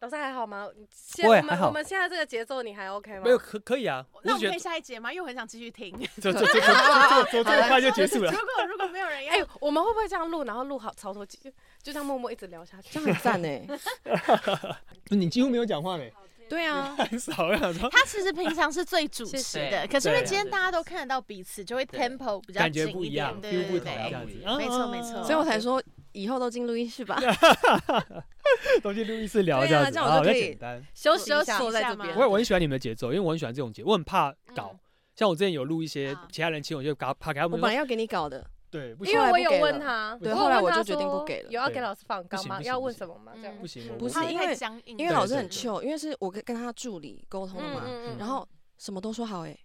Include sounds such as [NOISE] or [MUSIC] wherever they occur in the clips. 老师还好吗？现喂我还们好我们现在这个节奏你还 OK 吗？没有可可以啊，我那我是觉们可得以下一节吗？因为我很想继续听。如这这这这这这这么快就结束了。果 [LAUGHS] 如果没有人要哎、，我们会不会这样录，然后录好超多集，就这样默默一直聊下去？这样很 [LAUGHS] 赞哎。你几乎没有讲话没，对啊， [LAUGHS] 很少。我想说，他其实平常是最主持的，可是啊因为今天大家都看得到彼此，就会对 tempo 比较感觉紧不一点样，，对 feel 不对同这对。样子。没错啊没错所以我才说以后都进录音室 [LAUGHS] 吧。都去录音室聊对啊这样子，这样我就啊比较可以简单。休息息一一下下，坐在这边我我很喜欢你们的节奏，因为我很喜欢这种节，我很怕搞嗯。像我之前有录一些好其他人请我，就嘎怕给他我们本来说，要给你搞的，对，不因行因为我有后来不给问了他，对有后来问我他就决定说不给了有要对给老师访纲不行吗？不行要不问行什么吗？这样嗯不行，嗯我不是他因太为僵硬了，因为老师很嗯对对 chill，因为是我跟跟他助理沟通的嗯嘛，嗯嗯。然后什么都说好哎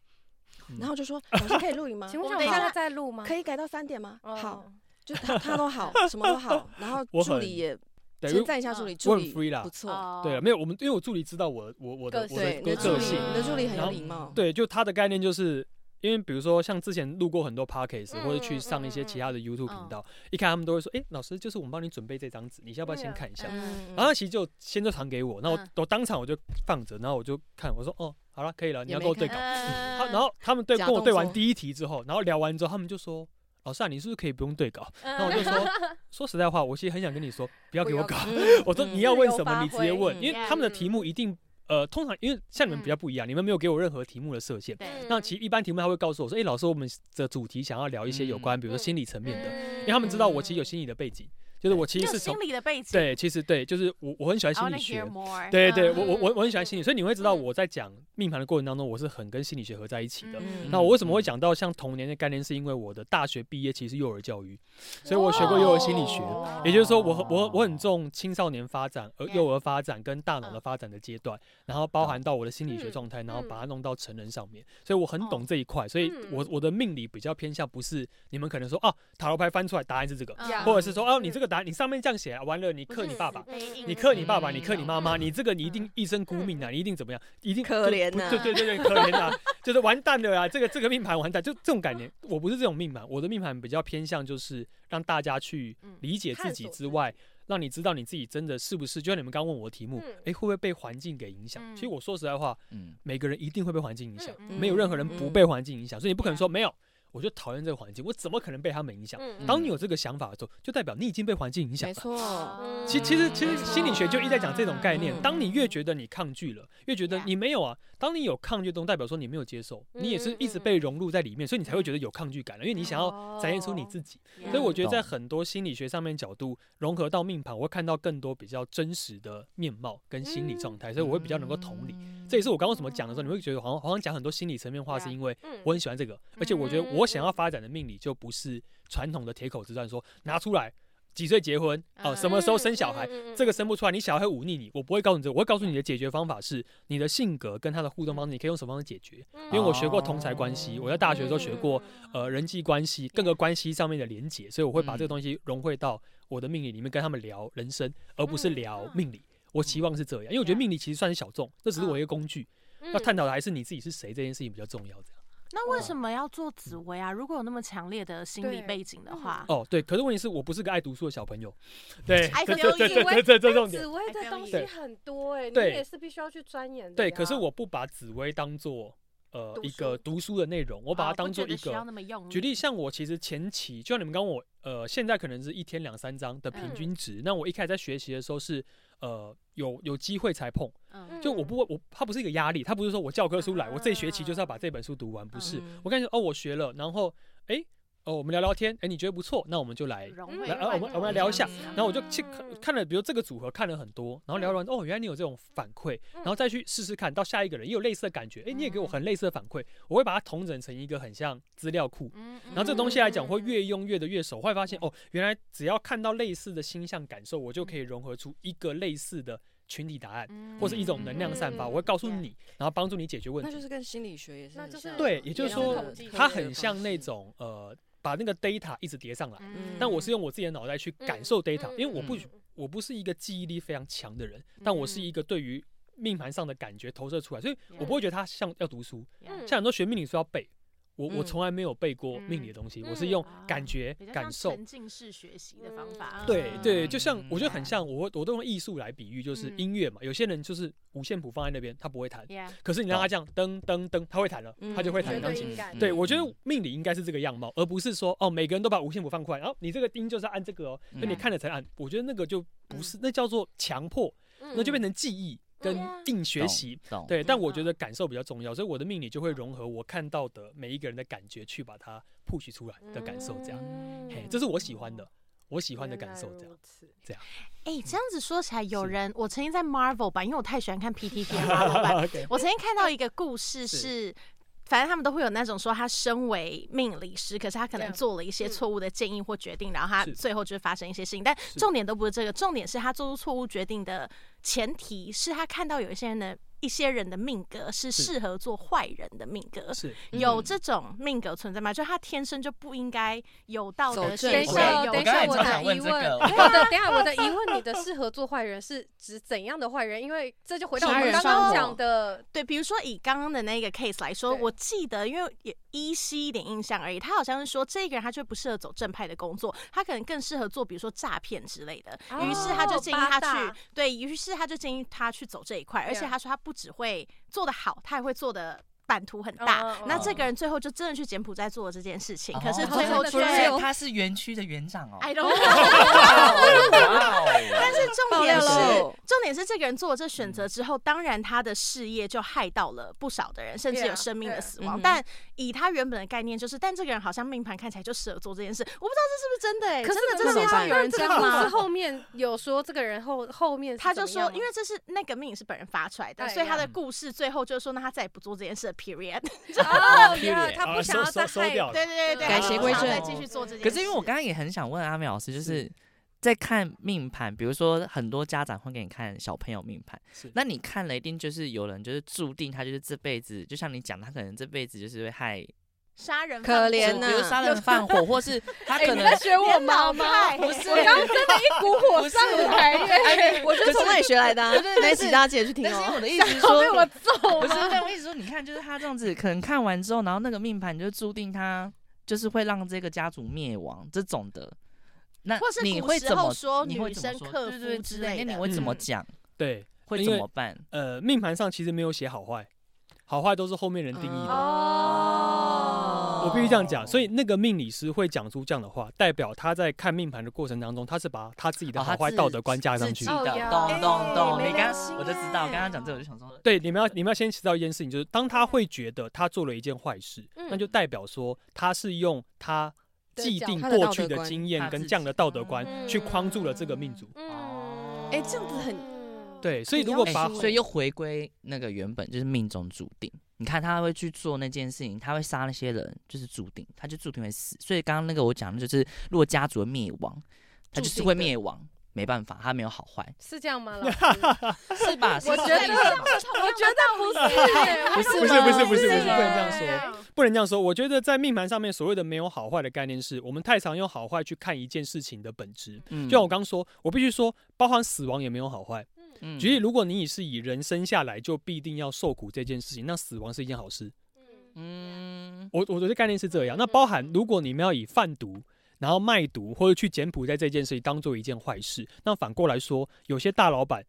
嗯，然后 [LAUGHS] 就说老师可以录影吗？请问一我下，我们们等一下现在在录吗？哦可以。以改到三点哦吗？好，，就 [LAUGHS] 他他都好，什么都好，然后我助很理也对，因先为赞一下助理，我助很理 free 啦不错，哦对啊，没有我们，因为我助理知道我我我的个我的对，你的个助个理性，你的助理很然有后礼貌，对，就他的概念就是，因为比如说像之前录过很多 podcast，、嗯或者去上一些其他的 YouTube 嗯频道，一看他们都会说，哎、老师，就是我们帮你准备这张纸，你要不要对先啊看一下？嗯，然后他其实就先就传给我，那我、嗯我当场我就放着，然后我就看，我说哦，好了，可以了，你也要没跟我对看稿。呃他然后他们对假跟我动对完作第一题之后，然后聊完之后，他们就说，老师啊，你是不是可以不用对稿？嗯然后我就说，说实在话，我其实很想跟你说，不要不给我要稿，嗯我说嗯你要问什自由么，发嗯你直接问，挥因为他们的题目一定，呃，通常因为像你们比较不一样，你们没有给我任何题目的设嗯限。对，那其实一般题目他会告诉我说，诶，老师，我们的主题想要聊一些有关，比如说心理层面的，嗯因为他们知道我其实有心理的背景，就是我其你实有是从心理的背景，对，其实对，就是我我很喜欢 I 心 wanna 理 hear 学， more 嗯。对对，我嗯我我我很喜欢心理，所以你会知道嗯我在讲命盘的过程当中，我是很跟心理学合在一起的。嗯那我为什么会讲到像童年的概念，是因为我的大学毕业其实是幼儿教育，所以我学过幼儿心理学。哦也就是说我，很我我很重青少年发展、呃幼儿发展跟大脑的嗯发展的阶段，然后包含到我的心理学嗯状态，然后嗯把它弄到成人上面，所以我很懂哦这一块，所以嗯我我的命理比较偏向不是你们可能说哦、塔罗牌翻出来答案是这个，嗯或者是说哦、你嗯这个答案你上面这样写，啊完了你克你爸爸。嗯嗯你克你爸爸，嗯你克你妈妈，你这个你一定嗯一身孤命啊，你一定怎么样，一定可就怜 [LAUGHS] 不呐对对对对，可怜啊，就是完蛋了啊，这个这个命盘完蛋，就这种感觉。我不是这种命盘，我的命盘比较偏向就是让大家去嗯理解自探己索之自外，让你知道你自己真的是不是，就像你们刚问我的题目，嗯诶，会不会被环境给影响？其实嗯我说实在话，嗯，每个人一定会被环境影响，嗯没有任何人不嗯被环境影响，所以你不可能对啊说没有，我就讨厌这个环境，我怎么可能被他们影响？嗯当你有这个想法的时候，就代表你已经被环境影响没了。错，嗯其其实其实嗯心理学就一直在讲这种概念嗯。当你越觉得你抗拒了，越觉得 Yeah 你没有啊，当你有抗拒的东西，代表说你没有接受，嗯哦你也是一直被融入在里面，所以你才会觉得有抗拒感了，啊因为你想要要展现出你自己。 Yeah 所以我觉得在懂很多心理学上面角度融合到命盘，我会看到更多比较真实的面貌跟心理状态，所以我会比较能够同理。这也是我刚刚为什么讲的时候，你会觉得好像好像讲很多心理层面话， Yeah 是因为嗯我很喜欢这个，而且我觉得我想要发展的命理就不是传统的铁口直断，说拿出来几岁结婚哦、嗯什么时候生小孩，，嗯这个生不出来，你小孩会忤逆你，我不会告诉你这个，我会告诉你的解决方法是你的性格跟他的互动方式，你可以用什么方式解决。嗯因为我学过同才关系，我在大学的时候学哦过，呃人际关系各个关系上面的连结，所以我会把这个东嗯西融汇到我的命理里面，跟他们聊人生，而不是嗯聊命理。我期望是这样，因为我觉得命理其实算是小众，这只是我一个工具，嗯要探讨的还是你自己是谁这件事情比较重要。这样那嗯为什么要做紫薇啊？如果有那么强烈的心理对背景的话， [LAUGHS] 哦，对，可是问题是我不是个爱读书的小朋友，对，哎对可是对我以对对为对，这这重点紫。薇的东西对很多哎，你对也是必须要去钻研的呀。对，可是我不把紫薇当做呃读一个书读书的内容，我把它哦当不做觉一得需要个。那么用举例，像我其实前期就像你们刚问我，呃，现在可能是一天两三张的平嗯均值。那我一开始在学习的时候是，呃，有有机会才碰，嗯啊就我嗯不会，我它不是一个压力，它不是说我教科书来，我这学期就是要把这本书读完，不是。嗯我感觉哦，我学了，然后诶，哦，我们聊聊天，诶，你觉得不错，那我们就来融会来啊贯我们通我们来聊一下这样子啊然后我就去嗯看看了，比如这个组合看了很多，然后嗯聊完哦，原来你有这种反馈，然后再去试试看，到下一个人也有类似的感觉，诶，你也给我嗯很类似的反馈，我会把它统整成一个很像资料库。嗯嗯然后这个东西来讲，我会越用越的越熟，会发现哦，原来只要看到类似的星象感受，我就可以融合出一个类似的群体答案，嗯或是一种能量散发。嗯我会告诉对你，然后帮助你解决问那题就。是跟心理学也是那很就是像对，也就是一样说的统计，它科学很的像方那式种呃，把那个 data 一直叠上来。嗯但我是用我自己的脑袋去感受 data，、因为我不、嗯我不是一个记忆力非常强的人，但我是一个对于命盘上的感觉投射出来，所以我不会觉得它像要读书。 Yeah 像很多学命理说要背，我我嗯从来没有背过命理的东西，我是用感觉比较像感受。沉浸式学习的方法。对嗯对，就像嗯我觉得很像，我我都用艺术来比喻，就是嗯音乐嘛。有些人就是五线谱放在那边，他不会弹， Yeah，可是你让他这样噔噔噔，他会弹了，他就会弹绝钢对琴。音感对，我嗯觉得命理应该是这个样貌，而不是说哦，每个人都把五线谱放过来，然后你这个音就是要按这个哦，所以你嗯看了才按。我觉得那个就不是，那叫做强迫，嗯那就变成记忆跟嗯硬学习。懂，对，但我嗯觉得感受比较重要，所以我的命理就会融合我看到的每一个人的感觉去把它 push 出来的感受，这样，嗯嘿，这是我喜欢的，我喜欢的感受，这样。。哎、这样子说起来，有人我曾经在 Marvel 版，因为我太喜欢看 PTT 的 [LAUGHS] Marvel 版， OK，我曾经看到一个故事是是。反正他们都会有那种说，他身为命理师，可是他可啊能对做了一些嗯错误的建议或决定，然后他是最后就发生一些事情。但重点都不是这个，重点是他做出错误决定的前提是他看到有一些人的一些人的命格是是适合做坏人的命格，是嗯有这种命格存在吗？就他天生就不应该有道德走正等一行为，轨下哦，有等一我下，刚才我也的想疑问这问， [LAUGHS] 个我的等一下我的疑问，你的适合做坏人是指怎样的坏人？因为这就回到我杀们人刚放刚火讲的，对，比如说以刚刚的那个 case 来说，对我记得，因为也依稀一点印象而已，他好像是说这个人他就不适合走正派的工作，他可能更适合做比如说诈骗之类的。哦于是他就建议他八大去，对于是他就建议他去走这一块，而且 Yeah 他说他不只会做得好，他也会做得版图很大嗯嗯。嗯那这个人最后就真的去柬埔寨做了这件事情，可是哦最真后的却哎所是以有他是园区的园长哦。 I don't know。但但是重爆点料是，喽，重点是这个人做了这选择之后，当然他的事业就害到了不少的人，甚至 Yeah，有生命的死 yeah，嗯亡。哼但以他原本的概念，就是但这个人好像命盘看起来就适合做这件事，我不知道这是不是真的哎、可是那真的真的怎么是办有人这这个样故 [LAUGHS] 事吗？后面有说这个人后后面是他就怎么样啊说，吗因为这是那个命是本人发出来的，对所以他的嗯故事最后就说，那他再也不做这件事了。Period。 [LAUGHS] 哦， Period 原来他啊不想要收再收害收掉了对对对啊对，改他邪不归想要再正继续做这件事。可是因为 [LAUGHS] 我刚刚也很想问阿美老师，就是在看命盘，比如说很多家长会给你看小朋友命盘是，那你看了一定就是有人就是注定他就是这辈子，就像你讲，他可能这辈子就是会害，杀人可放火怜就呐比如杀人放火，或是哎他可你能在学我我妈妈吗 [LAUGHS] 妈？不不是，是我刚刚真的一股火上来耶！哎我就是从那里学来的啊，那一集大家记得去听但是哦。我的意思是我说被，我揍不是，吗？但我一直说，你看，就是他这样子，可能看完之后，然后那个命盘就注定他就是会让这个家族灭亡这种的。那或是你古会时怎候么说你会女怎么生说克对对夫之之类类那你的会怎么嗯讲？对，会因怎为么办？呃，命盘上其实没有写好坏，好坏都是后面人定义的。哦我必须这样讲，所以那个命理师会讲出这样的话，代表他在看命盘的过程当中，他是把他自己的哦他好坏自道德观加上自去己。哦的，呀懂哎懂懂。没你良刚心我就知哎道，刚啊刚讲这个我就想说，对，你们要你们要先知道一件事情，就是当他会觉得他做了一件坏事，嗯那就代表说他是用他既定他的过道去德的观经验他跟自这样的道德己观嗯去框住了这个命主。嗯，哎这样子很对，所以你如要果哎把说所以又回归那个原本就是命中注定。你看他会去做那件事情，他会杀那些人，就是注定，他就注定会死。所以刚刚那个我讲的就是，如果家族会灭亡，他就是会灭亡，没办法，他没有好坏，是这样吗？老师 [LAUGHS] 是 [LAUGHS] 吧？我是觉 [LAUGHS] 这得个意思吗我觉得不是啊耶，不是不是吗不是不不是不是耶不能这样说。不能这样说。我觉得在命盘上面所谓的没有好坏的概念是，我们太常用好坏去看一件事情的本质。嗯就像我刚说，我必须说，包含死亡也没有好坏。嗯举例，如果你是以人生下来就必定要受苦这件事情，那死亡是一件好事。嗯，我我的概念是这样。那包含如果你们要以贩毒。然后卖毒或者去柬埔寨这件事情当做一件坏事，那反过来说，有些大老板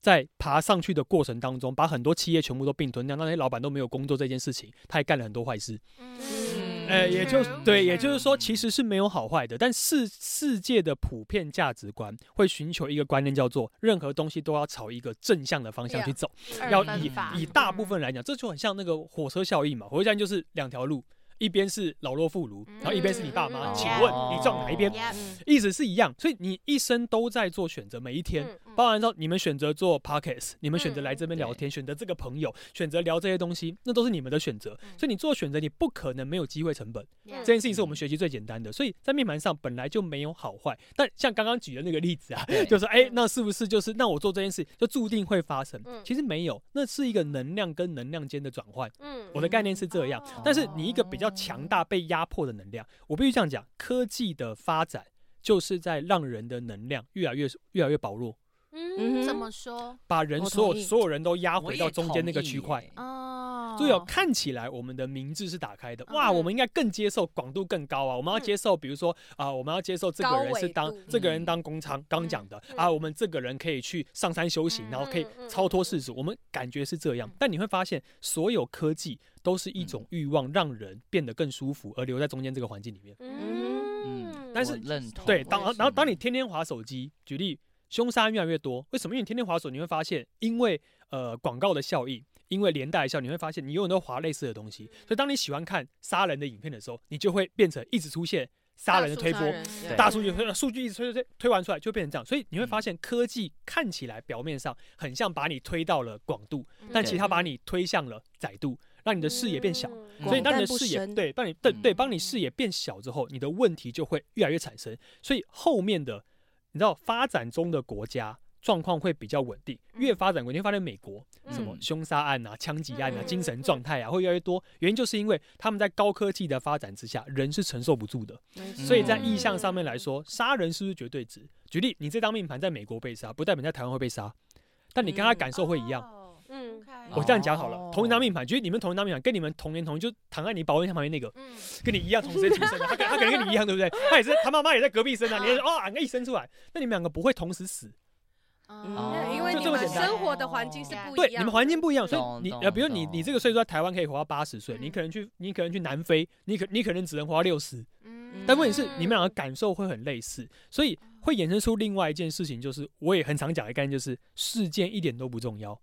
在爬上去的过程当中，把很多企业全部都并吞掉，那些老板都没有工作这件事情，他也干了很多坏事。嗯嗯呃，也就 True 对，也就是说，其实是没有好坏的，但世世界的普遍价值观会寻求一个观念，叫做任何东西都要朝一个正向的方向去走，二要分以法以大部分来讲，这就很像那个火车效应嘛，火车站就是两条路，一边是老弱妇孺，然后一边是你爸妈，嗯请问你撞哪一边？ Yeah 意思是一样，所以你一生都在做选择，每一天。嗯包含说你们选择做 podcast，你们选择来这边聊天，选择这个朋友，选择聊这些东西，那都是你们的选择。所以你做选择，你不可能没有机会成本。这件事情是我们学习最简单的，所以在命盘上本来就没有好坏。但像刚刚举的那个例子啊，对就说哎、那是不是就是那我做这件事就注定会发生嗯？其实没有，那是一个能量跟能量间的转换。嗯我的概念是这样，嗯但是你一个比较强大被压迫的能量，我必须这样讲，科技的发展就是在让人的能量越来越越来越薄弱，嗯嗯哼怎么说？把人我所同有意所有人都压我回也到中间那个同意区块耶。哦，所以哦，看起来我们的明智是打开的，哇，嗯我们应该更接受广度更高啊，我们要接受，比如说啊、我们要接受这高个人是纬当度这个人当公仓，刚讲的嗯啊，我们这个人可以去上山修行，嗯然后可以嗯嗯超脱世俗，我们感觉是这样嗯，但你会发现，所有科技都是一种欲望，让人变得更舒服，而留在中间这个环境里面。嗯，但是我认同对，我当也是然后当你天天划手机，举例凶杀越来越多，为什么？因为你天天划手，你会发现，因为呃广告的效益，因为连带的效应，你会发现你永远都划类似的东西。所以当你喜欢看杀人的影片的时候，你就会变成一直出现杀人的推波，对大数据推数据一直推推推推完出来就变成这样。所以你会发现，科技看起来表面上很像把你推到了广度，但其实它把你推向了窄度，让你的视野变小。嗯所以广当你的哦但不视野深对，帮你对对，嗯帮你视野变小之后，你的问题就会越来越产生。所以后面的，你知道发展中的国家状况会比较稳定，越发展国家，你会发现美国什么嗯凶杀案啊、枪击案啊、嗯精神状态啊会越来越多，原因就是因为他们在高科技的发展之下，人是承受不住的。嗯所以在意向上面来说，杀人是不是绝对值？举例，你这张命盘在美国被杀，不代表你在台湾会被杀，但你跟他嗯感受会一样。哦。嗯，我这样讲好哦了，同一张命盘，就是你们同一张命盘，跟你们同年同月，就躺在你保温箱旁边那个，嗯，跟你一样同时出生的，他跟他可能跟你一样，对不对？他也是，他妈妈也在隔壁生啊，你也是哦，俺个一生出来，那你们两个不会同时死，嗯哦嗯因为就你这么们简单生活的环境是不对一，你样，们环境不一样，所懂以你懂呃，比如你懂你这个岁数在台湾可以活到八十岁，嗯你可能去你可能去南非，你可你可能只能活到六十，嗯但问题是你们两个感受会很类似，所以会衍生出另外一件事情，就是我也很常讲的概念，就是事件一点都不重要。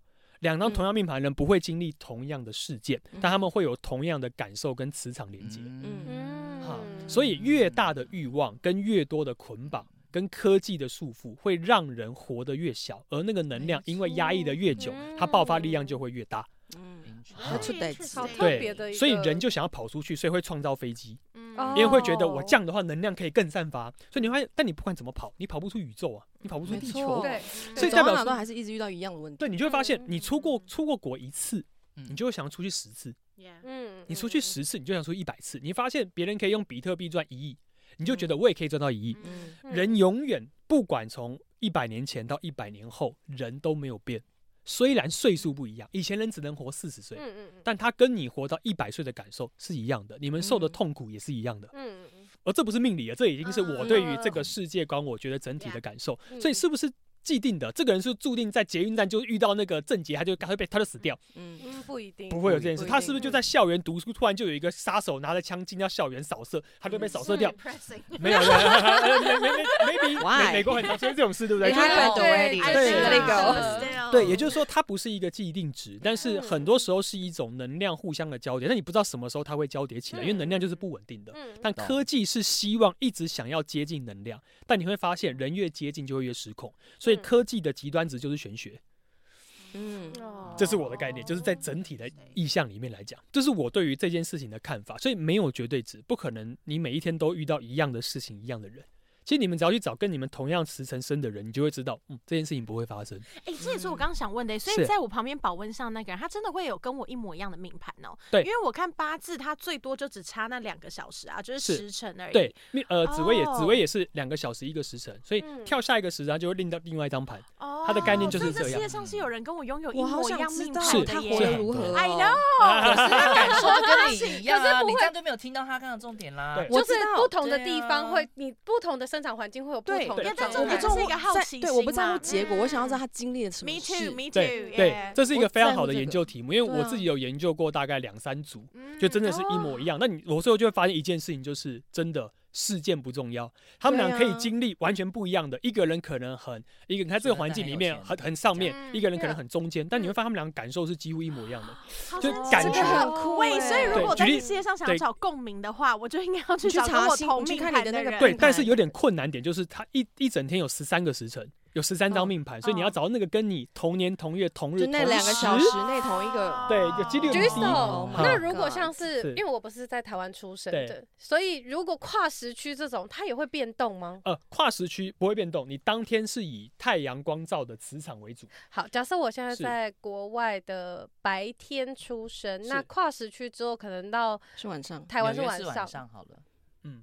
嗯两张同样命盘的人不会经历同样的事件，但他们会有同样的感受跟磁场连接。哈，嗯，所以越大的欲望跟越多的捆绑跟科技的束缚，会让人活得越小，而那个能量因为压抑的越久，嗯它爆发力量就会越大。嗯，好出代志好特别对的一，个所以人就想要跑出去，所以会创造飞机，哦因为会觉得我这样的话能量可以更散发。所以你会，但你不管怎么跑，你跑不出宇宙啊，你跑不出地没球错啊。对，所以走代到表哪说都还是一直遇到一样的问题。对，你就会发现嗯，你出过出过国一嗯次，你你就会想要出去十次。嗯，你出去十次，你就想出一百次。你发现别人可以用比特币赚一亿，你就觉得我也可以赚到一亿。嗯，人永远不管从一百年前到一百年后，人都没有变。虽然岁数不一样，以前人只能活四十岁，嗯嗯但他跟你活到一百岁的感受是一样的，你们受的嗯痛苦也是一样的。嗯嗯而这不是命理了，这已经是我对于这嗯嗯个世界观，我觉得整体的感受。嗯所以是不是既定的？这个人是注定在捷运站就遇到那个郑杰，他就他会被他就死掉，嗯，嗯不一定，不会有这件事。不一定他是不是就在校园读书，突然就有一个杀手拿着枪进到校园扫射，他就被扫射掉？没有，没有没有没有没有 maybe 美 Why？美国很常出现这种事，对不对？ It 就是说 happened 对 already. 对 Let it go. [LAUGHS] 对，也就是说，它不是一个既定值，但是嗯很多时候是一种能量互相的交叠，但你不知道什么时候它会交叠起来，因为能量就是不稳定的。嗯但科技是希望一直想要接近能量，但你会发现人越接近就会越失控，所以嗯科技的极端值就是玄学，嗯，哦这是我的概念，就是在整体的意象里面来讲，这是我对于这件事情的看法，所以没有绝对值，不可能你每一天都遇到一样的事情、一样的人。其实你们只要去找跟你们同样时辰生的人，你就会知道，嗯，这件事情不会发生。哎，这也是我刚刚想问的。所以是在我旁边保温上那个人，他真的会有跟我一模一样的命盘哦。对因为我看八字，他最多就只差那两个小时啊，就是是时辰而已。对，命呃，紫薇也紫哦薇也是两个小时一个时辰，所以嗯跳下一个时辰它就会另到另外一张盘。哦，他的概念就是所这以世样界上是有人跟我拥有一我好模一想样知命道盘是的他耶活得如何哦。 I know，可是他感受就跟你一 [LAUGHS] 样可是啊，不会你这样就没有听到他刚刚的重点啦。对就是不同的对地啊方会，你不同的生长环境会有不对同的对状态。我重不点在乎是一个好奇心在对，我不在嘛乎结果，我想要知道嗯他经历了什么 Me 事。 too，Me too，对对，耶这是一我个非常在好乎的这研个究题目，因为对我啊自己有研究过大概两三组，嗯就真的是一模一哦样。那你我最后就会发现一件事情，就是真的。事件不重要，他们对俩可以啊经历完全不一样的。一个人可能很，一个人在这个环境里面可能很很有钱很上面，嗯一个人可对能啊很中间，但你会发现他们俩感受是几乎一模一样的。好就神奇感哦觉很酷喂，欸所以如对果我在举这例世界上想要对找共鸣的话，我就应该要去你去找跟查我星同你去命看你盘的那个人。对，命但盘是有点困难点就是他一一整天有十三个时辰，有十三张嗯命盘，所以你要嗯找到那个跟你同年同月同日就同那两个小时时哦内同一个对有几率很举低手哦。 my 那好 god 如果像是是因为我不是在台湾出生的对，所以如果跨时区这种，它也会变动吗？呃，跨时区不会变动，你当天是以太阳光照的磁场为主，好，假设我现在是在国外的白天出生，是那跨时区之后，可能到是晚上，台湾纽约晚是上晚，上好了，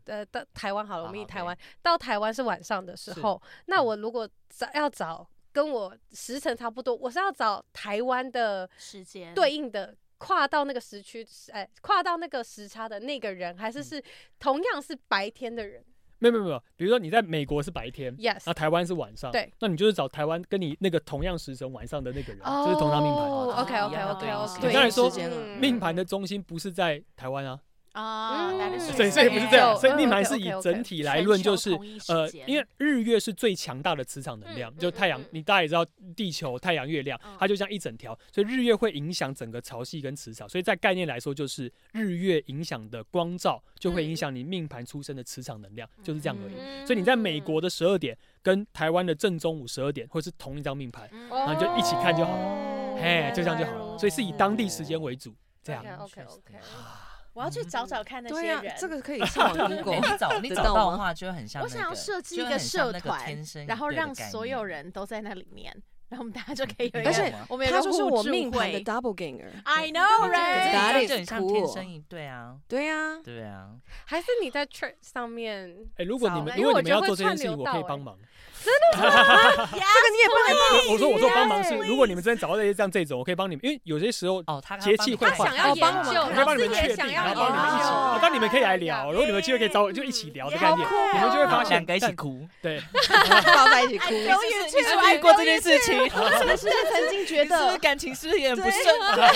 呃，到台湾好了，我们以好台湾到台湾是晚上的时是候，那我如果找要找跟我时辰差不多，我是要找台湾的时间对应的跨到那个时区，哎，跨到那个时差的那个人，还是是同样是白天的人没有没有没有，比如说你在美国是白天，然后？Yes，台湾是晚上，对，那你就是找台湾跟你那个同样时辰晚上的那个人，啊就是同张命盘嘛。哦 OK OK OK 对 OK，对当然说嗯命盘的中心不是在台湾啊，啊，嗯 that is 所以所以不是这样，对所以命盘嗯是以，OK，OK，OK 整体来论就是全球同一时呃，间因为日月是最强大的磁场能量，嗯就嗯太阳嗯，你大家也知道，地球、太阳、月亮嗯，它就像一整条，所以日月会影响整个潮汐跟磁场，所以在概念来说，就是日月影响的光照就会影响你命盘出生的磁场能量，就是这样而已。嗯所以你在美国的十二点跟台湾的正中午十二点会是同一张命盘，嗯哦然后你就一起看就好了，哦嘿，就这样就好原来如了。此所以是以当嗯地时间为主，这样。 OK OK，我要去找找看那对些呀、人，这 [LAUGHS] 个可以上网哎你 Google。找你得找到到的吗话，就会很像我那想要个设计就一会个很像社那个团天生一然后对的让概所念有人都在那里面，然后我们大家就可以有一你个而知道且吗我们有他个就是我互助命盘的会 double ganger。 I know 可是 right， That is 你这样就很像天 cool 生一对啊，对呀、对啊，还是你在 church 上面嗯哎，如果你早们因如为果我你们要觉得做这件会事情，串我流可以到帮哎 [LAUGHS] 忙。 [LAUGHS] 这个你也不能我说我说帮忙是，如果你们真的找到这些像这种，我可以帮你们，因为有些时候哦，他节气会他想换要哦帮我研们究，我看会老帮你师们确也定，想然要啊后帮你们一起，哦哦研当你们可以来聊，究如果你们有机会可以找我，就一嗯起聊的概好念酷，哦你们就会发两现个一起但哭，对，抱在一起哭。由于你是不是遇过这件事情？你我是不是曾经觉是不是得感情是不是也很不对顺啊？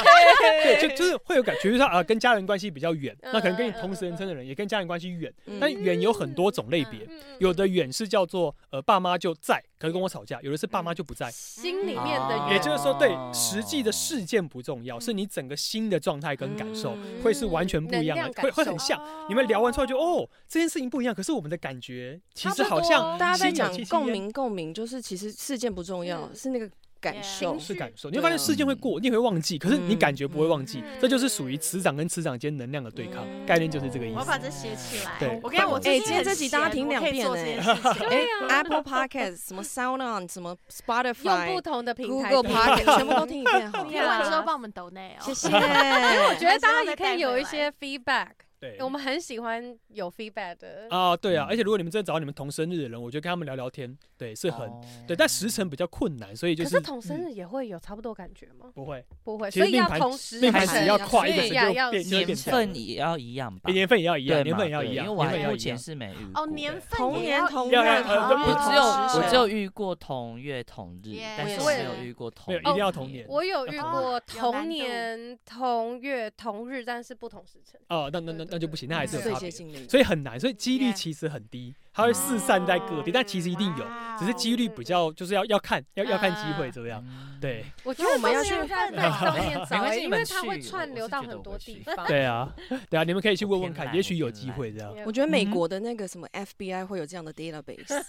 对，就就是会有感觉，就是说啊，跟家人关系比较远，嗯那可能跟你嗯同时人生的人也跟家人关系远，嗯但远有很多种类别，嗯有的远是叫做呃爸妈就在，可是跟我吵架；有的是爸妈就不在。心里面的哦原也就是说，对哦实际的事件不重嗯要，是你整个心的状态跟感受嗯会是完全不一样能量的，感会会很受像。你们聊完之后就哦，这件事情不一样，可是我们的感觉其实差不好多像大家心在有讲戚戚共焉鸣，共鸣就是其实事件不重要，嗯是那个感 Yeah 受情绪是感受，你会对发现啊事件会过，你也会忘记，可是你感觉不会忘记，嗯这就是属于磁场跟磁场间能量的对抗，嗯概念就是这个意我要思。把这写起来对。我跟你讲，我哎最今天这集大家很闲听两我可以遍做这哎件事情哎、a 啊 p p l e Podcast 什么 Sound On 什么用不 Spotify 同的平台 Google Podcast 全部都听一遍 [LAUGHS] 好对听啊了，完之后帮我们抖内哦谢。 [LAUGHS] 谢。因为我觉得大家也可以有一些 feedback，对我们很喜欢有 feedback 的。啊，对啊，嗯而且如果你们真的找到你们同生日的人，我觉得跟他们聊聊天，对，是很哦对，但时辰比较困难，所以就可是是同生嗯日也会有差不多感觉吗？不会，不会，其所实以命要盘同时命盘还只是要要快一个所以时要间要就变，就会年变成份也要一样吧哎？年份也要一对样，嘛年份也要对一样，因为我年份还也要目一样前。是没遇哦，过年对份同也年要同一日样呃啊不我只有同时我只辰有遇过同月同日 Yeah，，但是我我也没有是遇过没同有，一年定要同年我有遇哦过难同度年、同月、同日，但是不同时辰。哦，那那那那就不行，那还是有最差别啊接，近的，所以很难，所以几率 Yeah 其实很低，它会四散在各地，但其实一定有，哇只是几率比哦较就是要要看要要看机啊会这样，嗯对。我觉那得我们都要是在去看在啊上面找没关欸，系你因们为它会去串我流是到觉得很我多会地去方。对啊，对啊，你们可以去问问我偏看，懒也许有我偏机会这样。 Yeah 我觉得美嗯国的那个什么 FBI 会有这样的 database，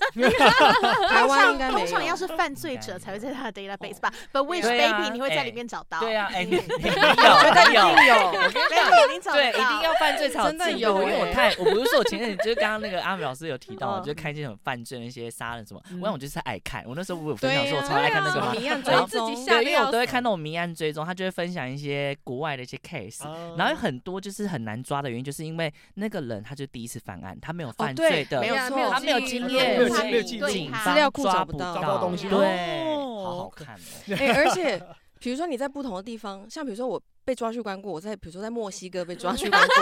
台湾应该没通常要有。是犯罪者才会在他的 database 吧，But which 对啊 baby 你会在哎里面找到？对啊，[LAUGHS] 啊，哎，你你有你 [LAUGHS] 有，我跟你讲， baby 你找对，得一定要犯罪才有真的自由有因为我欸太，我不是说我前阵子就是刚刚那个阿美老师有提到，嗯就是看一些很犯罪那些杀人什么，嗯我想我就是爱看，我那时候我有分对享说我啊超爱看那对个啊嘛嘛谜案所追以然自己吓对，得因为我要都会死看那种迷案追踪，他就会分享一些国外的一些 case，啊然后有很多就是很难抓的原因，就是因为那个人他就第一次犯案，他没有犯哦对罪的，没有呀错他没有记忆经没验，有所以没有记录警资方料库抓找不不到找不到东西对，哦好好看哦，哎，而且比如说你在不同的地方，像比如说我被抓去关过，我在比如说在墨西哥被抓去关过，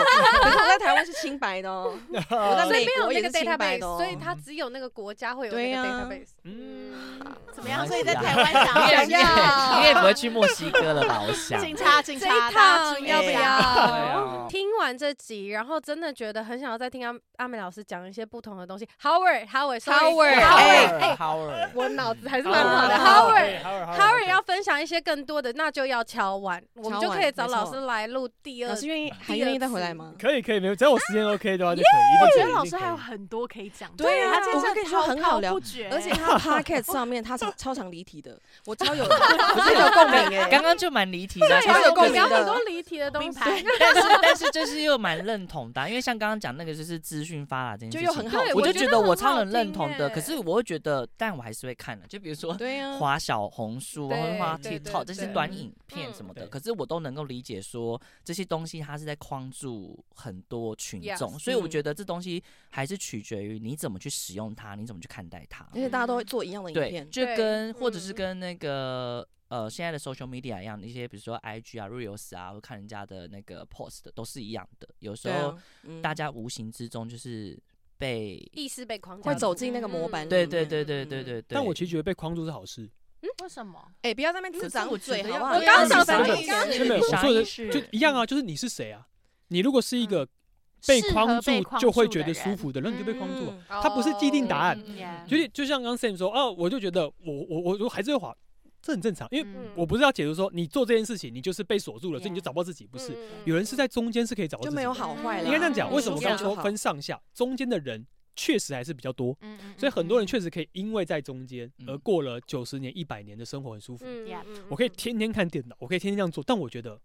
可是我在台湾是清白 [LAUGHS] 的哦，我在所以美没有国那也个是清白 database，的哦所以它只有那个国家会有对那个呀 database。嗯，怎么样？没关系啊所以在台湾想你也要你想要也你也不会去墨西哥了吧？我想，警察，警这察，一大家趟注意要不一 [LAUGHS] 下对要？啊听完这集，然后真的觉得很想要再听阿阿美老师讲一些不同的东西。Howard，Howard，Howard， Howard，哎， ，Howard，我脑子还是好啊蛮好的。好 Howard，好 Howard 要分享一些更多的，那就要敲碗，我们就可以找老师来录第二老集师。愿意还愿意再回来吗？ [LAUGHS] 可以可以，没有，只要我时 [LAUGHS] 间 OK 的话就可我以。一定可觉以得老师一定可以还有很多可以讲。对啊他真我跟的你说滔很好滔聊不绝，而 [LAUGHS] 且他 Pocket 上面他超超常离题的，我超有，我是有共鸣哎。刚刚就蛮离题的，对啊就是有共鸣聊的很多离题的东名西， [LAUGHS] 牌但是但是就是又蛮认同的啊、因为像刚刚讲那个就是资讯发达这件事就情，又很好对，我就觉觉得得我很好超能认听同的，耶可是我会觉得，但我还是会看的、就比如说对呀、滑小红书啊，或者滑嗯对对 TikTok 对这些对短影片嗯什么的，对可是我都能够够理解说这些东西它是在框住很多群 Yes，众，所以我嗯觉得这东西还是取决于你怎么去使用它，你怎么去看待它。而且大家都会做一样的影对，片，就对跟或者是嗯跟那个呃现在的 social media 一样，一些比如说 IG 啊、reels 啊，或看人家的那个 post 都是一样的。有时对啊候嗯大家无形之中就是被，意识被框架会住，走进那个模板嗯里对面。对对对嗯对，对对。但我其实觉得被框住是好事，为什么？哎，不要在那嗯边自这长我觉嘴得好不要好？啊我刚刚想反说应你刚刚真的我啥说的意嗯思就一样啊，就是你是谁啊？你如果是一个被适合框住被框就会住觉的得舒人服的人，你就被框住啊。嗯它不是既定答案哦嗯嗯就是就像刚刚 Sam 说，哦，我就觉得我我我我还是会滑，这很正常，因为嗯我不是要解读说你做这件事情你就是被锁住了，所以你就 Yeah 找不到自己，不是？嗯嗯有人是在中间是可以找到自就己的，没有好坏了。应该这样讲。为什么嗯刚刚这说样就好分上下？中间的人确实还是比较多，嗯嗯所以很多人确实可以因为在中间嗯而过了九十年、一百年的生活很舒服。嗯呀嗯我可以嗯天天看电脑，我可以天天这样做，但我觉得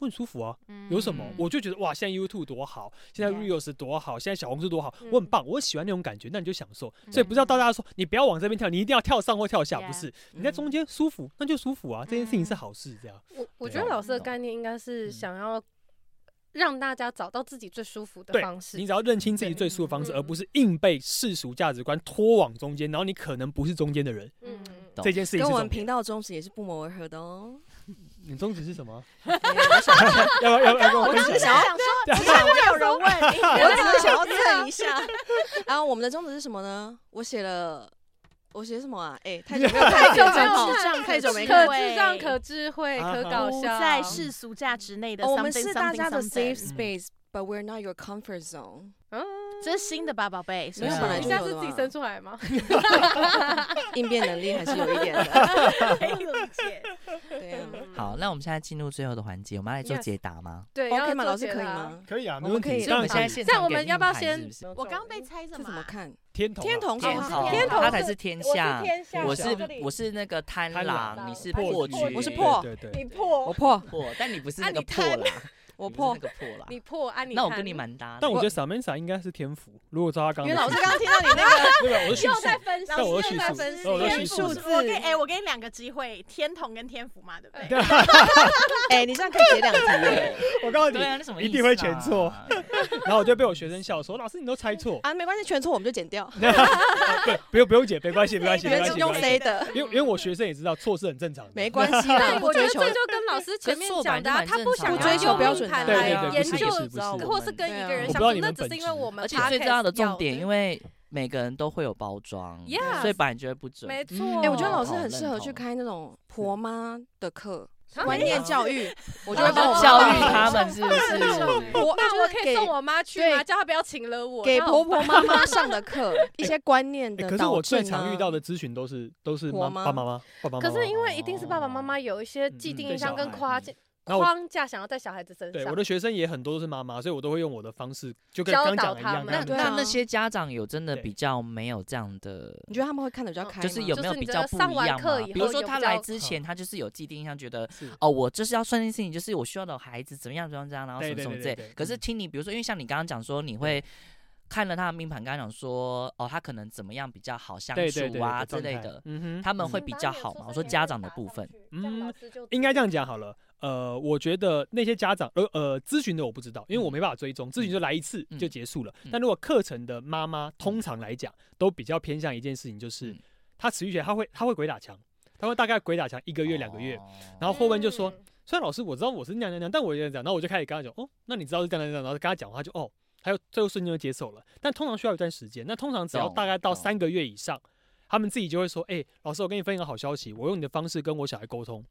我很舒服啊。有什么嗯？我就觉得哇，现在 YouTube 多好，现在 Yeah Reels 多好，现在小红书多好，嗯我很棒，我喜欢那种感觉，那你就享受。所以不是要到大家说你不要往这边跳，你一定要跳上或跳下， Yeah 不是？你在嗯中间舒服，那就舒服啊，这件事情是好事，这样。我我对觉得啊老师的懂概念应该是嗯想要让大家找到自己最舒服的对方式你。只要认清自己最舒服的方式，嗯而不是硬被世俗价值观拖往中间，然后你可能不是中间的人。嗯嗯嗯懂这件事情跟是重我们频点。道宗旨也是不谋而合的哦。你宗旨是什么？哎我想要不要要不要跟我我分只是享？想说，对啊怎么会有人 [LAUGHS] 问？我只是想要蹭一下。 [LAUGHS] 然后我们的宗旨是什么呢？我写了，我写什么啊？哎，太久没有看这个账号没有，看太久没看可看了智障、可智慧、啊可哈搞不笑，在世俗价值内的哦 something something 我们 something。是大家的 safe 嗯 space，but we're not your comfort zone。 [LAUGHS] 嗯， [LAUGHS] 这是新的吧，宝贝？没有是本来一就下有是的自己嘛生出来吗？应变能力还是有一点 [LAUGHS] 的。可以理解。[LAUGHS] 对啊好，那我们现在进入最后的环节，我们要来做 Yes 解答吗？对，要，OK 吗？做老师解可以答？吗？可以啊，我没们问可以题。这所以当我然们可现在以。现但场我给们命要不要盘先是不是我刚被猜什这怎么么？看？天童啊，天童天哦童，天童他才是是天我象是，天象，我是是这里我是那个贪贪啊狼，狼你是他是破破局，局我是破对对对你破，我破，破，但你不是啊那个你破贪啦，我你不是破那。个破啦。你破啊你那我看跟你蛮搭的，但我觉得得 Samantha 应该是天赋，如果照他刚因刚为的叙老述，师刚刚 [LAUGHS] 听到你那个，对吧？我是叙又述，在分析，但我又的叙在述分，析但哦我，的叙天述数是字我给哎，我给你两个机会，天童跟天府嘛，对不对？哎，你这样可以解两题耶我告诉对你，啊，那什么一意定思会全啦错然后我就被我学生笑说：“老师，你都猜错。啊，没关系，全错我们就剪掉，对，不用不用解，没关系，没关系，没原关是系。用没关系谁的？因为因为我学生也知道错是很正常的，没关系啦，对，不我觉追得求这就跟老师前面讲的、啊，可是他做不想版就蛮正常的不追求标准答谈案对对对来不研是究也是不是或是跟一个人我相不知道处，你那们只是因为我们而且最重要的 podcast 重点，因为每个人都会有包装 Yes 所以本来就会不准。没错，嗯哎、我觉得老师哦很适认合同去开那种婆妈的课，啊观念教育，我就要会帮我妈啊教妈育买他课们是不是？我那我可以送我我妈去对吗？叫她不要请了我，给那婆我婆妈妈上的课，一些观念哎的、导可是我最正啊常遇到的咨询都是都是妈爸我吗爸妈妈爸爸妈妈，可是因为一定是爸爸妈妈有一些既定印象跟框架然后我框架想要在小孩子身对上我，的学生也很多都是妈妈，所以我都会用我的方式，就跟教刚导讲的一他样。们跟那他们对那啊那些家长有真的对比较没有这样的，你觉得他们会看的比较开吗？就是有没就有是你比觉较得不上一完样课吗以？比如后说有他比来较之前，他就是有既定印象，觉得是哦，我就是要算这件事情，就是我需要的孩子怎么样怎么样怎么样，然后对对什么什么对之类对对。可是嗯听你，比如说，因为像你刚刚讲说，你会看了他的命盘，刚刚讲说，哦，他可能怎么样比较好相对对处对啊对之状类态的，嗯哼，他们会请比把较你的好出嘛？生我说年家月长的打部上分去这样老师就应该这样讲好了。呃，我觉得那些家长，呃呃，咨询的我不知道，因为我没办法追踪，咨询就来一次嗯就结束了嗯。但如果课程的妈妈，通常来讲都比较偏向一件事情，就是嗯她持续学，她会她会鬼打墙，她会大概鬼打墙一个一月两个月，，然然后后后面就说，嗯虽然老师我知道我是那样那样那样，但我也这样讲，然后我就开始跟他讲，哦，那你知道是这样那样那样，然后跟他讲，他就哦，还有最后瞬间就接受了。但通常需要一段时间，那通常只要懂大概到懂三个月以上，他们自己就会说，哎、老师，我跟你分享个好消息，我用你的方式跟我小孩沟通，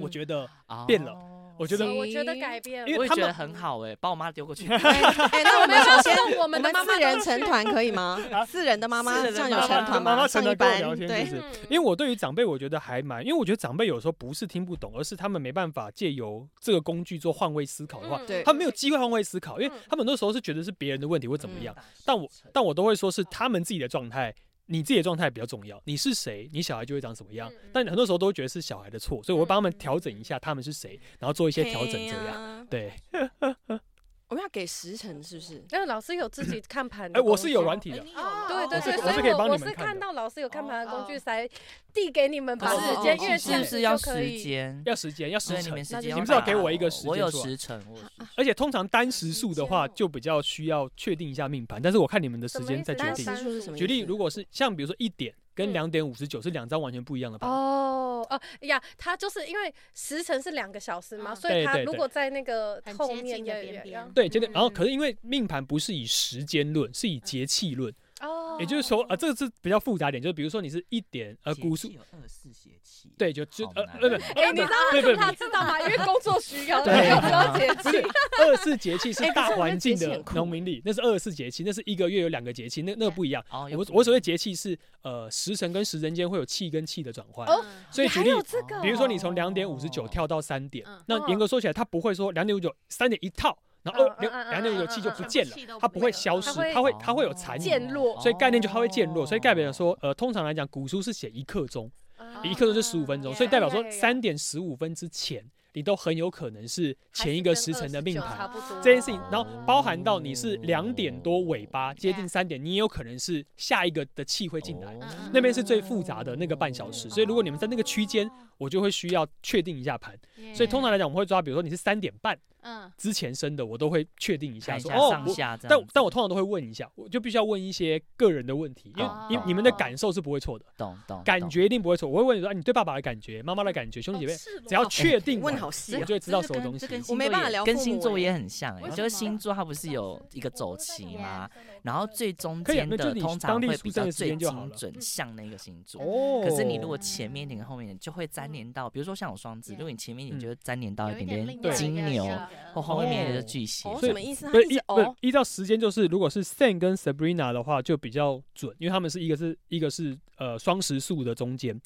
[LAUGHS] 我觉得，变变了了我觉得哦我觉得改变了，因我为也他觉们得很好哎，把我妈丢过去，哎、哎那我我们首要先。送我我们的们妈妈四人成团可以吗？四人的妈妈四这人样的有妈妈成团妈妈吗？成团上一跟我班聊天对是，因为因我对于长辈，我觉得还蛮，因为我觉得长辈有时候不是听不懂，而是他们没办法借由这个工具做换位思考的话，对他们没有机会换位思考，因为嗯他们很多时候是觉得是别人的问题或怎么嗯样。但我但我都会说是他们自己的状态，你自己的状态比较重要。你是谁，你小孩就会长什么样嗯嗯。但很多时候都会觉得是小孩的哎错，所以我会帮他们调整一下他们是谁，然后做一些调整这样。样。对，我们要给时辰是不是？因为老师有自己看盘的哎，工具，我是有软体的，哦对对我是对，我所是以可以帮我你我们是看看的到老师有看盘的工具哦才递给你们，把可是时间哦越哦是近不是要就可时以？间？要时间，要时所以你辰们。时间那就要你们打是要给我一个哦时间我有出来时辰，我有时辰而且通常单时数的话，时间哦就比较需要确定一下命盘，但是我看你们的时间再决什么意单思单。定时数是什么意举思？例，如果是像比如说一点跟嗯两点五十九是两张完全不一样的盘，哦哦呀，他就是因为时辰是两个小时嘛，嗯所以对他对如对果在那个很后接面近的也边也边要对，真的。然后可嗯是因为命盘不是以时间论，是以节气论，哦，也就是说，呃，这个是比较复杂一点，就是比如说你是一点，呃，古数，有二四邪气，对，就就好呃难呃不，哎， [LAUGHS] 你知道不不不他知道吗？因为工作需要，对没有 [LAUGHS] 了解。不是二四节气是哎可大是我觉得环境节气的很酷农民历，那是二四节气，那是一个月有两个节气，那那个不一样。哦，有我可能我所谓节气是呃时辰跟时辰间会有气跟气的转换，哦所以还举例有这个哦，比如说你从两点五十九哦跳到三点嗯，那严格说起来，它不会说两点五九三点一套，然后嗯二两嗯嗯两点五九气就不见了，气都它不不会见了消失，它会它会它会有残见影，落所以概念就它会渐弱，所以代表哦说呃通常来讲，古书是写一刻钟，啊一刻钟就十五分钟，所以代表说呀呀呀三点十五分之前，你都很有可能是还前是一个跟时辰的29命差盘。不多这件事情，然后哦包含到你是两点多尾巴接近对三点，你也有可能是下一个的气会进来，哦那边是最复杂的那个半小时，所以如果你们在那个区间，我就会需要确定一下盘。嗯所以通常来讲，我们会抓，比如说你是三点半嗯之前生的，我都会确定一下看一说下哦，上我下这样子，但但我通常都会问一下，我就必须要问一些个人的问题，因为哦你你们的感受是不会错的，懂懂感懂觉一定不会错。我会问你说，啊，你对爸爸的感觉、妈妈的感觉、兄哦弟姐妹，只要确定完问好细我啊，就会知道哦这什个么跟东西这。跟我没星座办法也聊跟父星母座欸也很像为哎，什就是么星座它不是有一个周期啊吗？？然后最中可以啊间那就的你通当常地会出比生较的时最间就好精了准，像那个星座。哦，可是你如果前面一点跟后面一点，就会粘连到，比如说像我双子，对如果你前面一点嗯就会粘连到有一点点另点对外一金个牛，性格或后面哦的巨蟹哦，所以什么意思？他不是一依直不是哦，依照时间，就是如果是 Sen 跟 Sabrina 的话，就比较准，因为他们是一个是一个是呃双时数的中间，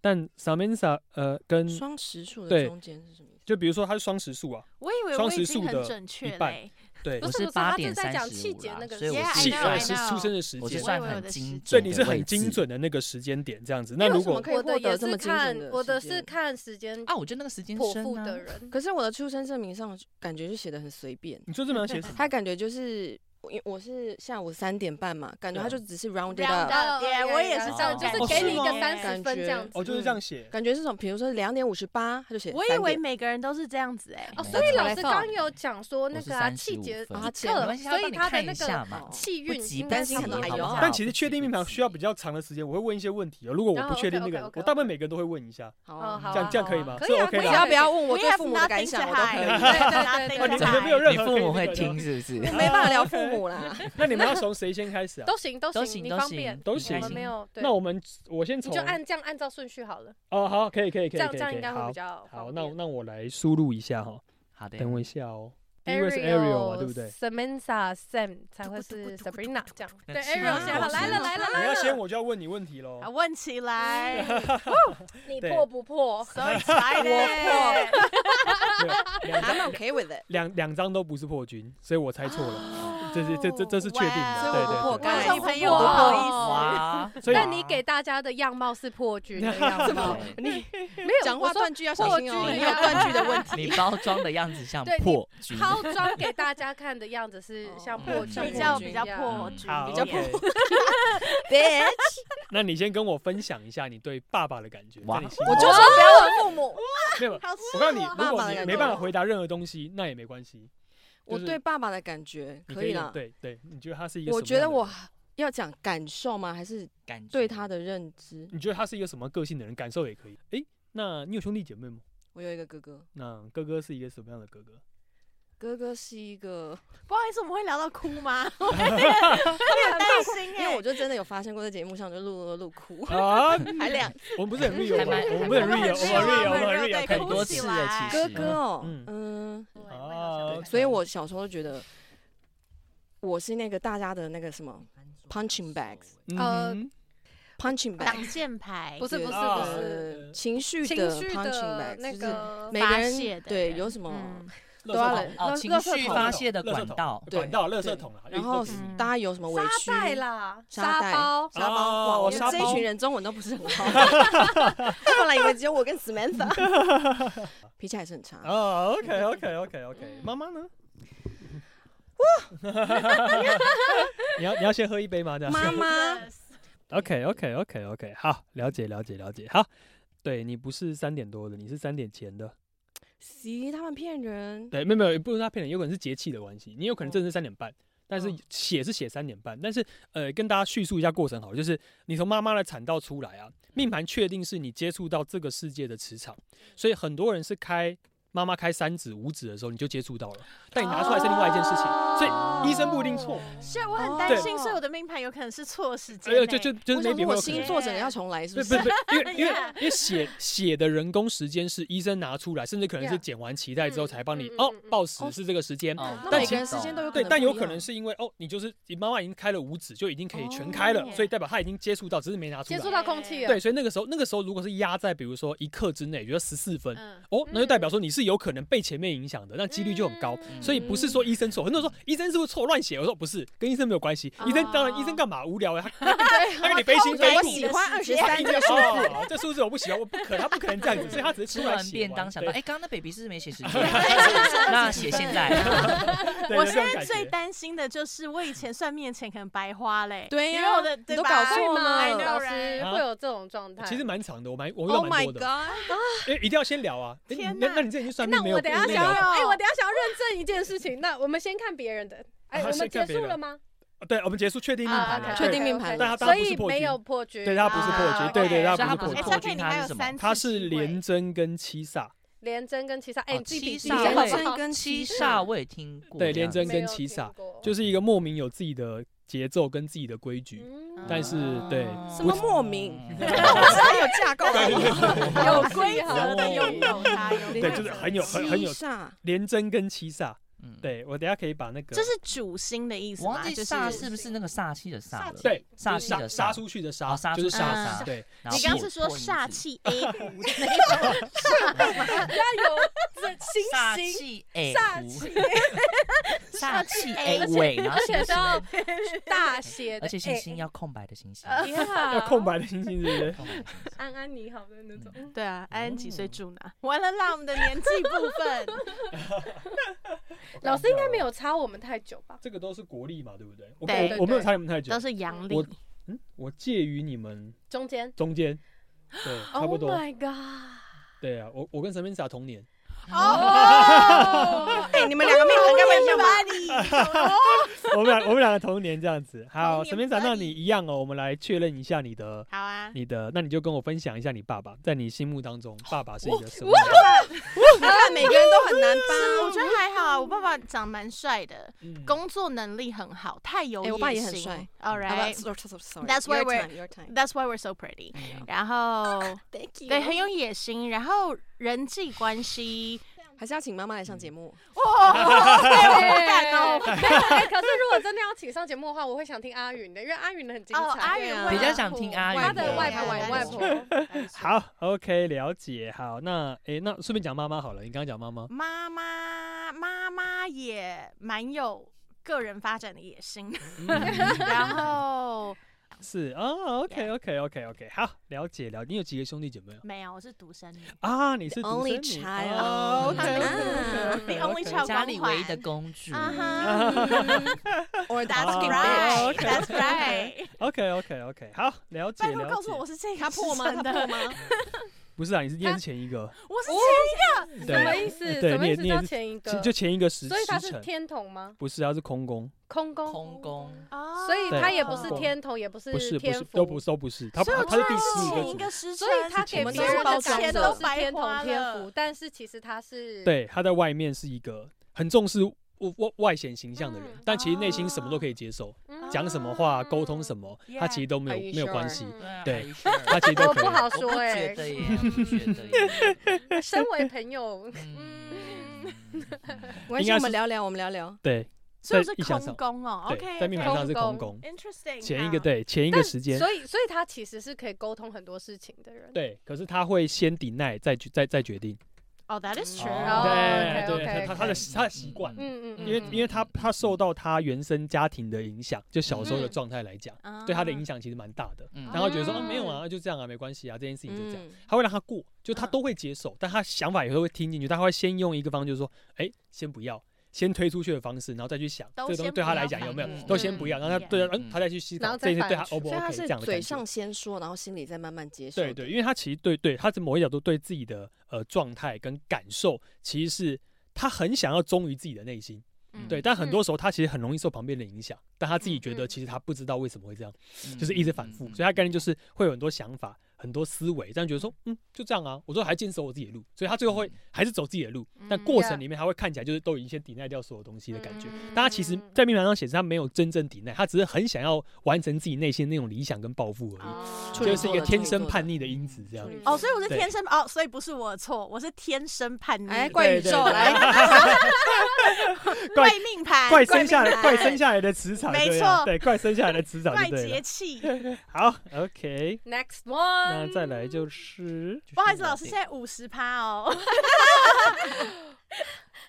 但 Samantha 呃跟双实数的对中间是什么意思？就比如说他是双时数啊，我以为双我十已经数的很准确半嘞，对不我是不是八他点是在三讲十细五节啦那，个所以我 Yeah, I 是 know, 呃 I 是 know 出生的时我是间我。算以为我很的精时准，所以你是很精准。的那个时间点，这样子。那因为如什么果可以我获的得也这是么精看准的我的时是间看时间啊，我就那个时间剖生腹的啊，人，可是我的出生证明上感觉就写的很随便，你说这边要写什么？他感觉就是我因我是下午三点半嘛，感觉他就只是 rounded Round up，哦对我也是这这样，样就是哦给是你一个吗三十感分这觉样子。哦，就是这 [LAUGHS] 样写。感觉是从比如说两点五十八，他就写我以3为点每个人都是这样子哎，哦，没所以有老我师刚来放刚有讲说那我是个啊35气节分一没克，关系要所以帮你他的看那个一下嘛。气不运急，应不该急差不多哎还呦有好不好但其实确定不急命盘不急需要比较长的时间，我会问一些问题哦。如果我哦不确定那 OK，OK，个， OK，OK 我大部分每个人都会问一下，好哦啊好啊这样这样可以吗？可以这啊 OK 可以只啊啦。要不要问我 We 对 have 父母的感 nothing 想， to 我都可 hide 以。对对对对你们对，没有任你何父可以母会那个的听是不是？我 [LAUGHS] 没办法聊父母啦， [LAUGHS] 那你们要从谁先开始啊？ [LAUGHS] 都行都都行，行你都方行便，都我行们没有对那。我们我先你从就按这样按照顺序好了，哦，好，可以可以这可以样这可以样可应以，该会好比，较好，方那便那我来输入一下哈，好的，等我一下哦。第一位是 Ariel 啊，对不对？ ？Samantha、Sam 才会是 Sabrina 这样。对，Ariel 先好，来了来了你来要先，了，我就要问你问题喽啊。问起来嗯你对破不破？ ，so excited，两张 I'm okay with it。两两张都不是破军，所以我猜错哦了，这是这这这是确定的，对对对哇所以我啊不破。观刚众才朋友哎我不不好好意意思思。 [LAUGHS] 哇，所以但你给大家的样貌是破军的样貌，对你没有讲我话说断句要小心哦，破句你有断句的问 [LAUGHS] 题。你包装的样子像对你破局，抛妆给大家看的样子哦是像破嗯军比一较样，比较破嗯局，好，比较 OK 别，那你先跟我分享一下你对爸爸的感觉，哇在你心里我就说不要问父母。没 [LAUGHS] 有。好吃我告诉你，爸如果爸的你感没觉办法回答任何东西，那也没关系。 [LAUGHS] 我就是对爸爸的感觉你可以用啦。对对，你觉得他是一个？我觉得我，要讲感受吗？还是感觉对他的认知？你觉得他是一个什么个性的人？感受也可以。诶，那你有兄弟姐妹吗？我有一个哥哥，那哥哥是一个什么样的哥 [LAUGHS] 哥？哥哥是一个，不好意思，我们会聊到哭 [LAUGHS] 吗？我有点担心因为我哎，就真的有发生过，在节目上就录录录 [LAUGHS] 哭，啊，嗯还两 [LAUGHS] 我们不是很 real，还吗蛮我们不是很还蛮 real，我们很 real，我们很 real， real，对可以很哭多起次来了，其哥实哥哦嗯，嗯，啊所以我小时候觉得我是那个大家的那个什么 punching bags 呃嗯 punching bag，挡箭牌不是不是啊不是呃，情绪情的绪 punching 的 bag，那就是个每发个泄人的对人有什么嗯，垃都要圾来桶，哦，垃情垃圾绪桶发泄的垃圾管桶道，对管道、垃圾桶啊，然后一嗯大家有什么委沙屈？袋啦，沙袋包，沙包，哦哇，我们沙这包一群人中文都不是很好， [LAUGHS] 我 [LAUGHS] 本来以为只有我 [LAUGHS] 跟 Samantha，脾气还是很差。 [LAUGHS] 嗯哦，OK OK OK OK，妈妈呢？ [LAUGHS] 你要你要先喝一杯吗？这样。妈 [LAUGHS] 妈啊 OK OK OK OK，好，了解了解了解，好。对你不是三点多的，你是三点前的。咦，他们骗人，呃对，没有没有，不是他骗人，有可能是节气的关系，你有可能真的是三点半。但是嗯写是写三点半，但是呃，跟大家叙述一下过程好了，就是你从妈妈的产道出来啊，命盘确定是你接触到这个世界的磁场，所以很多人是开妈妈开三指、五指的时候你就接触到了，但你拿出来是另外一件事情，所哦以医生不一定错，所以我很担对心，所以我的命盘有可能是错时间哎内。呦， [LAUGHS] 就就 [LAUGHS] 就是我想 maybe 会说我有可能星座整个要重来，是对不不是？不，因为因为 Yeah 因为写写的人工时间是医生拿出来，甚至可能是 Yeah 剪完脐带之后嗯才帮你嗯嗯哦嗯嗯报时哦是这个时间，嗯 [LAUGHS] 哦那但每其个人时间都有可对，能，但有可能。是因为哦，你就是你妈妈已经开了五指，就已经可以全开了，哦所以代表她已经接触到，只是没拿出接来触。到空气了，对，所以那个时候，那个时候如果是压在比如说一刻之内，比如十四分，嗯，哦，那就代表说你是有可能被前面影响的，那几率就很高。嗯所以不是说医生错，很多人说医生是不是错乱写，我说不是，跟医生没有关系。医生当然，医生干嘛无聊啊？他他给你背心对背我肚喜欢二你的时十间三这个数字，哦，这数字我不喜欢，我不可，他不可能这样子，所以他只是吃 [LAUGHS] 出来完写便当想到，对哎，刚刚那 baby 是不是没 [LAUGHS] 写时间？那写 [LAUGHS] 现在， [LAUGHS] 对我就现这种在感最觉担心的就是我以前算面前可能白花嘞，对因呀为我的你对都吧搞会错吗？ I know, 哎老师 right？会有这种状态。其实蛮长的，我蛮我遇到 Oh 蛮多 my god！的，因为一定要先聊啊。哎你天那哪那你这已经算诶命那没有？我等一下没想有要，聊哎，我等一下想要认证一件事情。那我们先看别人的。哎，啊我们先结看别束人了吗？对，我们结束确定命盘了，啊，OK，OK，OK 确对定命盘但他当所然不是以破没有军，破局。对他不是破啊局，对对， OK 所以不是他不破是哎，局，破他军跟你他还是有什么三次他是机会连贞跟七煞，连真跟七煞，哎，啊哦你自己比七比煞较连好贞跟七煞我也听过，对连这贞样子没有跟七煞听过就是一个莫名有自己的节奏跟自己的规矩，嗯但是对什么莫名 [LAUGHS] 有架构对对对有规规则则的的有有有它有对就是很有很很有七煞连贞跟七煞，嗯，对我等一下可以把那个这是主星的意思我吗？忘记就是煞是不是那个煞气的煞了？对煞就是气的杀煞出去的哦杀，杀就是出去的杀杀对，然后你刚刚是破说破音煞字气 A 股的那煞煞有星星气哎，煞胡气， [LAUGHS] 煞气哎而且尾，然后而且星都星要大写的， [LAUGHS] 而且星星要空白的星星，哎呀 [LAUGHS] 要空白的星星是不是？空白的星星安安你好的那种。个对啊，安安几哦岁住哪？完了啦，我们的年纪部分嗯老师应该没有差我们太久吧？这个都是国力嘛，对不对？我对我对我没有对猜你们太久 [LAUGHS] 都，是阳历我，嗯，我介于你们中间中间，对，差不多 Oh，my god！对啊，我我跟沈明傻同年， [LAUGHS] 哦，哎，你们两个命 [LAUGHS] 盘干嘛一样吗？嘛？ [LAUGHS] 我们俩我们两个同年这样子。好，同年沈明傻，而那已你一样哦，我们来确认一下你的好 [LAUGHS] 啊，你的，那你就跟我分享一下你爸爸，在你心目当中，爸爸是一个什么我样的人？你看每个人都很难吧？我觉得还好啊，我爸爸长蛮帅的，嗯工作能力很好，太有哎野我心。爸也很帅 All 好吧 right, sorry, sorry, sorry. That's why Your we're- time, your time. [LAUGHS] that's why we're so pretty. 嗯然 [LAUGHS] 后 Thank you. 对很有野心，然后人际关系，还是要请妈妈来上节目。哦 [LAUGHS] 哇，对，我不敢哦。 [LAUGHS] 哎可是如果真的要请上节目的话，我会想听阿云的，因为阿云的很精哦，阿彩。云对啊会比较很想酷听阿云他的的外他婆，的外外婆。好，OK，了解。好，那诶，那顺便讲妈妈好了，你刚刚讲妈妈，妈妈妈妈也蛮有个人发展的野心，嗯然后是啊，OK，OK，OK，OK，好，了解了解。你有几个兄弟姐妹 [LAUGHS] 啊？没有，我是独生女。啊，你是 The 独 only 生女 child [LAUGHS] 哦 [LAUGHS] 啊 OK，OK，OK，OK The only child 家里唯一的公主，啊哈 Or ，That's Oh, right, okay. That's right。 OK OK OK，好，了解 [LAUGHS] 拜托了告诉解我。我是这个他破吗？时他辰破的，吗？不是啊，你是你也是前一个，我是哦什么对，意思？对什么你也意思你也叫是前一就个？就前一个时所以他时是辰，天童吗？不是，他是空宫，空宫，空宫，哦所以他也不是对天童，也不不是是不天是福，都不是都不是，他所以我他是第四前个一组，个时辰，所以他给我们别都是人包的装感的受是天白童花天了福，但是其实他是，对，他在外面是一个很重视外外外显形象的人嗯，但其实内心什么都可以接受，嗯讲什么话、沟通什么，他 Yeah 其实都没 Are you 有没有 sure？关系，嗯对对，啊他其实都我可以不。好我不说哎觉、得耶，我不觉得耶，嗯身为朋 [LAUGHS] 友，嗯，没应关系，该我是们聊聊，我们聊聊。对所以在是意象上空宫哦。对， OK，在命盘上是空宫， Interesting。嗯前一个，对前一个时间，所以所以他其实是可以沟通很多事情的人。对，可是他会先抵耐，再决再再决定。哦，That is 哦 true。对 OK，对， OK，他他的 OK 他的习惯，嗯嗯嗯，因为因为他他受到他原生家庭的影响，就小时候的嗯状态来讲，啊对他的影响其实蛮大的。嗯然后觉得说嗯啊没有啊，就这样啊，没关系啊，这件事情就这样。嗯，他会让他过，就他嗯都会接受，但他想法也会会听进去，他会先用一个方式就是说，哎，先不要，先推出去的方式，然后再去想这个都东西先对不他来要讲有反没应有，都先不要，嗯然后他对，嗯嗯，他再去思然考后这再件事对他反 O 不所以 OK 他这是样的嘴感觉上。先说，然后心里再慢慢接受对的。对，因为他其实对对，他在某一角度对自己的呃状态跟感受，其实是他很想要忠于自己的内心，嗯对，但很多时候他其实很容易受旁边的影响，但他自己觉得嗯其实他不知道为什么会这样，嗯就是一直反复，所以他概念就是会有很多想法。很多思维，但觉得说，嗯，就这样啊，我说还坚守我自己的路，所以他最后会还是走自己的路，但嗯过呀程里面他会看起来就是都已经先抵赖掉所有东西的感觉，嗯但他其实，在命盘上显示他没有真正抵赖，他只是很想要完成自己内心那种理想跟抱负而哦已，处就女是座一个的天处女生座的叛逆的因子这样处。女哦，座所以我是对天生哦，所以不是我的错，我是天生叛逆。哎，怪怪宇对对宙对来， [LAUGHS] 怪命盘，怪生下来，哦命怪盘生下来的磁场，没对啊错对，怪生下来的磁场 [LAUGHS] 怪就对节了。气。好，OK， Next 那 one，再来就是不好意思，老师，现在五十趴哦。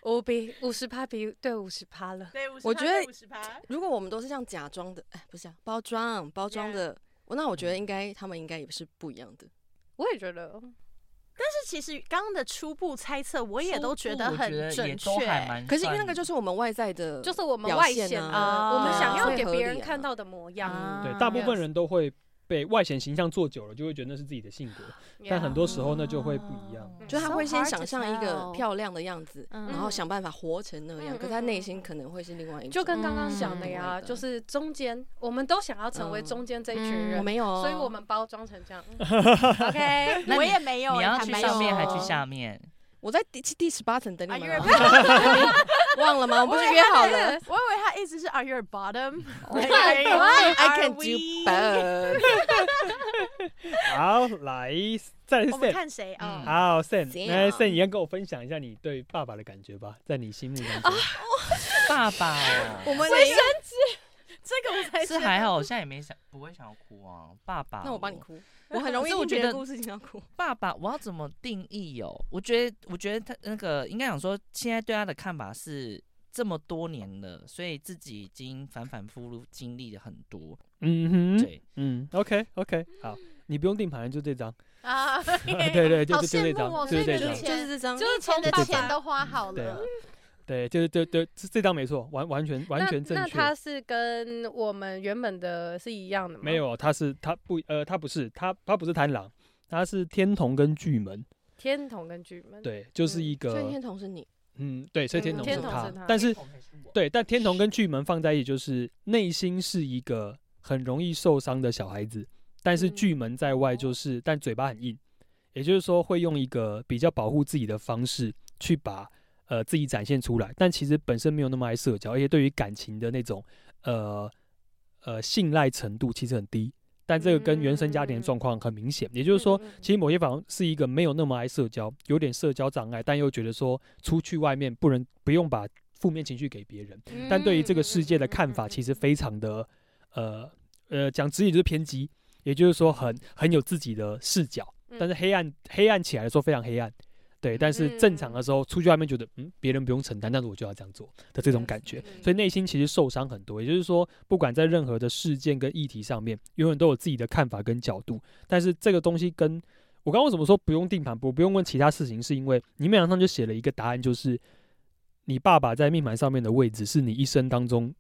五比五十趴比对五十趴了，对，50%我觉得五十趴。如果我们都是这样假装的，哎，不是、啊、包装包装 Yeah 的，我那我觉得应该他们应该也是不一样的。我也觉得，但是其实刚刚的初步猜测，我也都觉得很准确。可是因为那个就是我们外在的，就是我们表外现显的，啊我们想所要以给合别理人啊看到的模样。啊嗯对大部分 Yes 人都会被外显形象做久了，就会觉得那是自己的性格，但很多时候那就会不一样。嗯就他 So 会先 hard to 想象一个 tell 漂亮的样子，嗯然后想办法活成那样，嗯可是他内心可能会是另外一种。就跟刚刚嗯讲的呀，就是中间，我们都想要成为嗯中间这一群嗯人我，没有啊哦，所以我们包装成这 [LAUGHS] 样。OK，那我你也没有，你要去坦白上面还说哦去下面，我在第第十八层等你？Are you a [LAUGHS] 们啊。 bottom？忘了吗？我们不是约好了我以为他一直是 Are you a [LAUGHS] bottom？ ？I I can do [LAUGHS] both。好，来，再来是我们 Sam。看谁啊？嗯好，Sam， Sam 那 Sam 你要跟我分享一下你对爸爸的感觉吧，在你心目当啊中。爸爸哦 [LAUGHS] 我们卫生这个我才是还好，我现在也没想不会想要哭啊，爸爸。那我帮你。哭， [LAUGHS] 我很容易可是我听觉别的得故事听到哭。爸爸，我要怎么定义哦？我觉得，我觉得他那个应该讲说，现在对他的看法是这么多年了，所以自己已经反反复复经历了很多。嗯哼，对，嗯，OK OK，好，你不用定盘，就这 [LAUGHS] 张。啊， [LAUGHS] 对对，就好就就这羡张慕，哦，就所是以这你张以。前这张就是从的爸爸钱都花好对啊了，对，就是对对，这这张没错，完完全完全正那那确。他是跟我们原本的是一样的吗？没，有，他是他不呃，他不是他他不是贪狼，他是天同跟巨门，天同跟巨门。对，就嗯是一所以个天童是你，嗯，对，所以天嗯同天是同他是他，但是对，对，但天同跟巨门放在一起，就是内心是一个很容易受伤的小孩子，但是嗯巨门在外就是，但嘴巴很硬，也就是说会用一个比较保护自己的方式去把呃自己展现出来，但其实本身没有那么爱社交，而且对于感情的那种呃呃信赖程度其实很低，但这个跟原生家庭的状况很明显，也就是说嗯，嗯嗯其实某些房是一个没有那么爱社交，有点社交障碍，但又觉得说出去外面不能不用把负面情绪给别人，嗯但对于这个世界的看法其嗯嗯实嗯嗯非常的，呃呃，讲直语就是偏激，也就是说很很有自己的视角，嗯但是黑暗黑暗起来的时候非常黑暗。对，但是嗯正常的时候出去外面觉得，嗯，别人不用承担，但是我就要这样做的这种感觉，嗯所以内心其实受伤很多。也就是说，不管在任何的事件跟议题上面，永远都有自己的看法跟角度，但是这个东西跟我刚刚为什么说不用定盘，不不用问其他事情，是因为你命盘上就写了一个答案，就是你爸爸在命盘上面的位置是你一生当中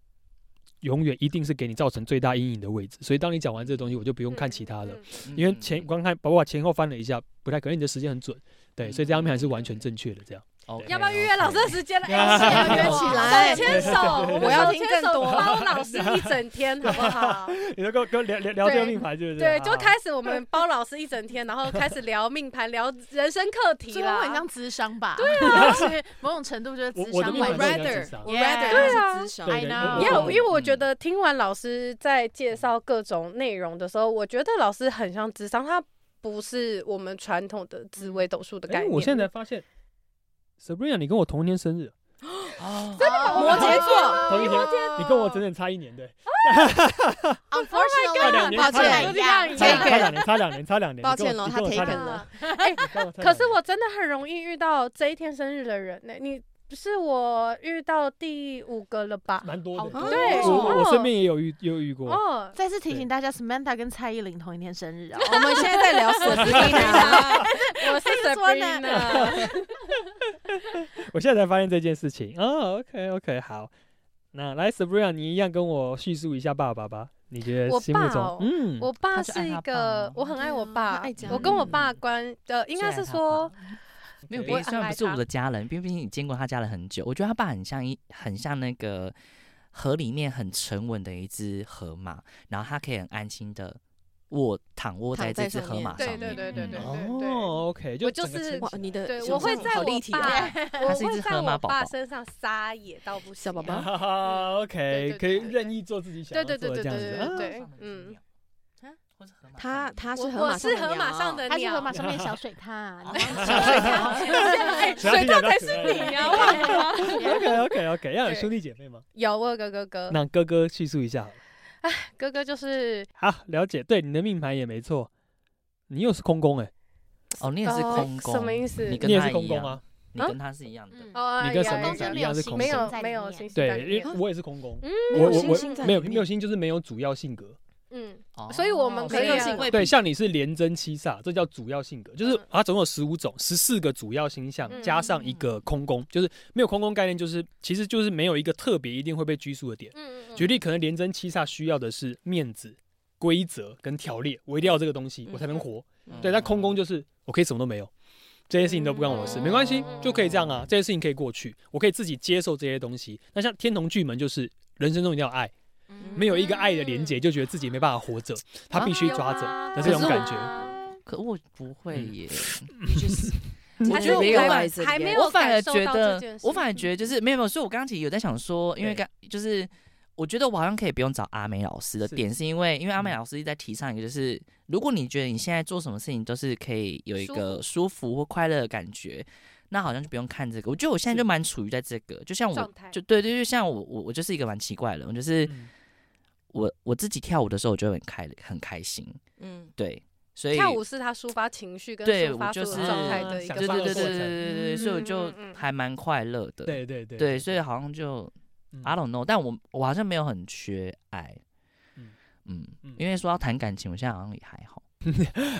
永远一定是给你造成最大阴影的位置。所以当你讲完这个东西，我就不嗯用看其他的，。因为嗯前光看把我前后翻了一下，不太可能你的时间很准，对，所以这张命盘是完全正确的。这样，要不要预约老师的时 [LAUGHS] 间了？呀哎约手起手来牵手，们我要手听牵更手多包老师一整天，好不好？你都跟我跟我聊聊聊这对个命盘，是不是？对，好就开始我们包老师一整天，然后开始聊命盘，聊人生课题最后啦。很像智商吧？对啊，是某种程度就是我智我的商命盘吧。是应 rather- 该智商我 Yeah rather 对他啊是智商，对对， I 我因为我我因为我嗯觉得听完老师在介绍各种内容的时候，我觉得老师很像智商，他不是我们传统的紫微斗数的概哎，念。我现在才发现，Sabrina，你跟我同一天生日。哦，摩羯，Oh 座，同一哎天，啊你跟我整整差一年，对，快两，unfortunately，年抱差两歉年一样一差差样。两 Taken 两年，差两年，差两年。抱歉咯你跟我他你跟我差 taken 两年了你跟差两年可是我真的很容易遇到这一天生日的人呢、你是我遇到第五个了吧？蛮多的，好多对，我我我哦身边也有遇有遇过，哦，再次提醒大家，Samantha 跟蔡依林同一天生日哦。我们现在在 [LAUGHS] 聊 Sabrina，我是说呢 [LAUGHS] Sabrina，我现在才发现这件事情哦 OK OK，好，那来 Sabrina，你一样跟我叙述一下爸爸吧。你觉得我心目爸中，哦嗯，我爸他就是爱一他个爸，我很爱我对啊爸，他爱家我跟我人爸关呃，应该最是爱他说爸没有，对毕我竟虽然很不爱是我他的家人，毕竟你见过他家人很久，我觉得他爸很像一很像那个河里面很沉稳的一只河马，然后它可以很安心的卧躺卧躺在在这只上河面马对上对面。对对嗯对哦，OK，就我就整个是撑哇起，来你的对，想我会象在好我立体哦爸， [LAUGHS] 我他是一会只在河马我宝爸宝身上撒野到不行，啊小宝宝哈哈对 [LAUGHS] ，OK，嗯对可对以对任意做自己想要对对做对的这对样子。对啊对嗯啊，或者河马他上面他是我河马我上是的河马鸟上的他是河鸟马，上面的小水獭，你忘记小水獭， [LAUGHS] 哎，只要水獭听起来比较才可是爱你啊！忘 [LAUGHS] 了吗 OK OK OK，要有对兄弟姐妹吗？有我有个哥哥，那哥哥叙述一下好了。哥哥就是好，啊了解。对，你的命盘也没错，你又是空宫哎、哦，你也是呃空宫，什么意思你跟你也他是空一宫样啊？你啊跟他是一样的。嗯哦，你啊跟有神有明长有一样是空没宫有在没里有面星星在对，里因面为我也是空宫，嗯，没我有我星我星在没有里面 [LAUGHS] 没有星就是没有主要性格。嗯，哦所以我们可以所啊是会对，比像你是廉贞七煞，这叫主要性格，就是嗯它总共有十五种，十四个主要星象嗯加上一个空宫，就是没有空宫概念，就是其实就是没有一个特别一定会被拘束的点。嗯嗯举例，可能廉贞七煞需要的是面子、规则跟条例，我一定要有这个东西，我才能活。对，但空宫就是我可以什么都没有，这些事情都不关我的事，嗯没关系，就可以这样啊，这些事情可以过去，我可以自己接受这些东西。那像天同巨门就是人生中一定要有爱，没有一个爱的连嗯接，就觉得自己没办法活着，他必须啊抓着的这种感觉。觉，嗯可我不会嗯 [LAUGHS] 耶，还我是觉我得还 realize 没 it 还没 yet 有我反而感受觉到这得件，事嗯我反而觉得就是没有没有，所以我刚刚其实有在想说，因为对刚就是我觉得我好像可以不用找阿美老师的是点，是因为因为阿美嗯老师一直在提倡一个，就是如果你觉得你现在做什么事情都是可以有一舒个舒服或快乐的感觉。那好像就不用看这个，我觉得我现在是就蛮处于在这个，就像我状态就对对，就像我我我就是一个蛮奇怪的人，我就是嗯我我自己跳舞的时候，我就很开很开心，嗯，对，所以跳舞是他抒发情绪跟对抒我发就所是有状态的一想个对法对方对对式。对过程对对，所以我就嗯嗯嗯还蛮快乐的，对对对对，所以好像就嗯 I don't know，但我我好像没有很缺爱，嗯嗯嗯嗯，因为说要谈感情，我现在好像也还好，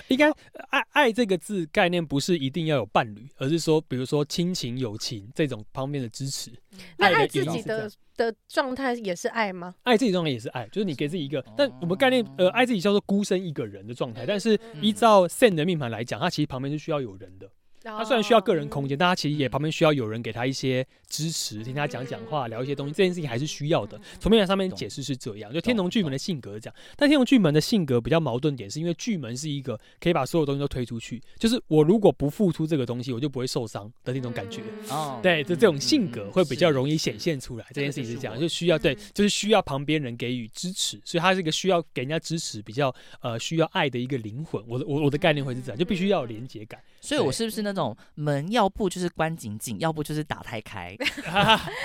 应该呃爱爱这个字概念不是一定要有伴侣，而是说，比如说亲情、友情这种方面的支持。那爱爱的自原因己是这样的的状态也是爱吗？爱自己状态也是爱，就是你给自己一个，但我们概念呃，爱自己叫做孤身一个人的状态，但是嗯依照 Sen 的命盘来讲，它其实旁边是需要有人的。他他虽然需要个人空间，但他其实也嗯旁边需要有人给他一些支持，听他讲讲话，聊一些东西，这件事情还是需要的嗯。从面上面懂解释是这样，就天懂龙巨门的性格是这样，但天龙巨门的性格比较矛盾点，是因为巨门是一个可以把所有东西都推出去，就是我如果不付出这个东西，我就不会受伤的那种感嗯觉。哦对，就这种性格会比较是容易显现出来。这件事情这个是就是这样，我就需要对嗯，就是需要旁边人给予支持，所以他是一个需要给人家支持、比较呃需要爱的一个灵魂。我的我我的概念会是这样，就必须要有连接感。所以对我是不是那种门要不就是关紧紧，要不就是打 [LAUGHS] 太开，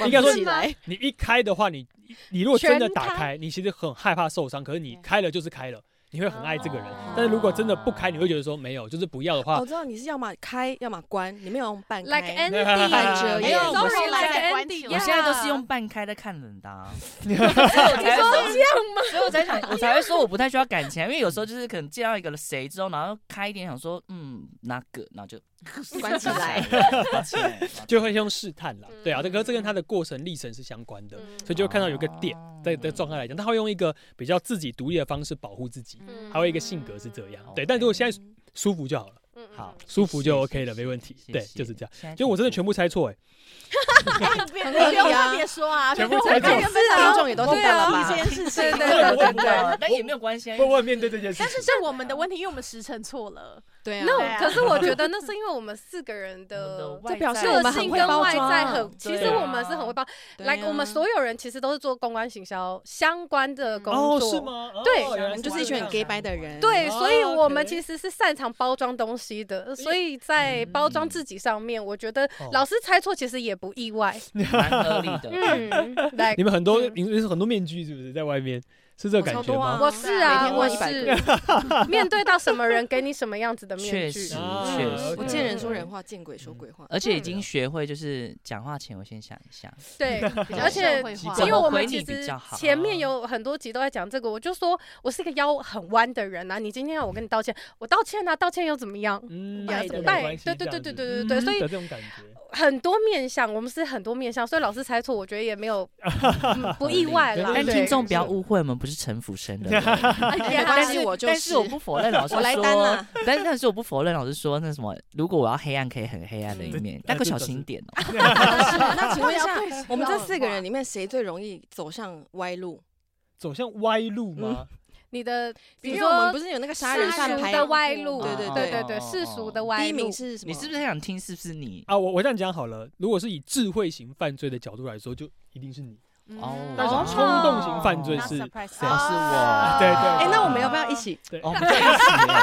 应该说起来，你一开的话，你你如果真的全打开开，你其实很害怕受伤，可是你对开了就是开了，你会很爱这个人哦。但是如果真的不开，你会觉得说没有，就是不要的话哦我，知道你是要么开，要么关，你没有用半开。 Like Andy，半 [LAUGHS] 折没也有是我是我 like 现在 Andy，我现在都是用半开在看人 [LAUGHS] 的啊，你说这样吗？所以我才想，我才会说我不太需要感情啊，因为有时候就是可能见到一个谁之后，然后开一点想说，嗯，那个，然后就关起来 [LAUGHS] 关 [LAUGHS] 起来，就会用试探啦。对啊，这嗯个这跟他的过程历程是相关的，嗯所以就会看到有个点哦在的状态来讲，他会用一个比较自己独立的方式保护自己。嗯还有一个性格是这样，对。 OK 但如果 [LAUGHS] 现在嗯舒服就好了，嗯嗯好舒服就 OK 谢了，谢没问题谢。谢对，就是这样。现在就我真的全部部猜错，哎，你哎不用特别说啊，全部哎猜中他原本想要听众也都听到了提吧这件事情，啊 [LAUGHS] 对啊 [LAUGHS] 对对对对，但也没有关系啊，因会为不会面对这件事但情是？是我们的问题，因为我们时辰错了。对啊，那对啊我可是我觉得那是因为我们四个人 [LAUGHS] 我的们的这表示外在我个们很性会跟包外在装很，其实对啊我们是很会包。对来，啊我们所有人其实都是做公关行销相关的工哦，作，是吗？哦对原我来们是就是一群很这 gay 样白的人。对，所以哦我们 OK 其实是擅长包装东西的，所以在包装自己上面，我觉得哦老师猜错其实也不意外。蛮合理的。嗯，来 [LAUGHS] 你，们很多，嗯你们是很多面具是不是在外面？是这个我感超觉多啊吗？我是啊，每天我问一百是面对到什么人，给你什么样子的面确实具。啊确实，我嗯见人说人话，见鬼说鬼话。而且已嗯经学会就是讲话前我先想一下，对，比较而且社会化怎因为么我们回其你比实较好前面有很多集都在讲这个，我就说我是一个腰很弯的人啊，你今天要我跟你道歉，我道歉啊，道歉又怎么样？嗯，拜这种的拜关系对对这样对子对对对对所以的这种感觉，很多面相，我们是很多面相，所以老师猜错，我觉得也没有、嗯不意外啦。对但对听众不要是误会，我们不是城府生的人，没呀关但系是我就但是我是不否认老师我来单说了，但但是我不否认老师说那什么，如果我要黑暗，可以很黑暗的一面，那个小心点哦。 [LAUGHS] 那请问一下，我们这四个人里面谁最容易走上歪路？走向歪路吗？你的，比比如如说说我们不是有那个杀人世犯俗排的歪路，对对对对对对，世俗的歪第一名路。是什么？你是不是想听是不是你？啊，我我这样讲好了，如果是以智慧型犯罪的角度来说，就一定是你。嗯哦但是冲动型犯哦罪是谁？是我，对对对哎，那我们要不要一起？对，哦，不好意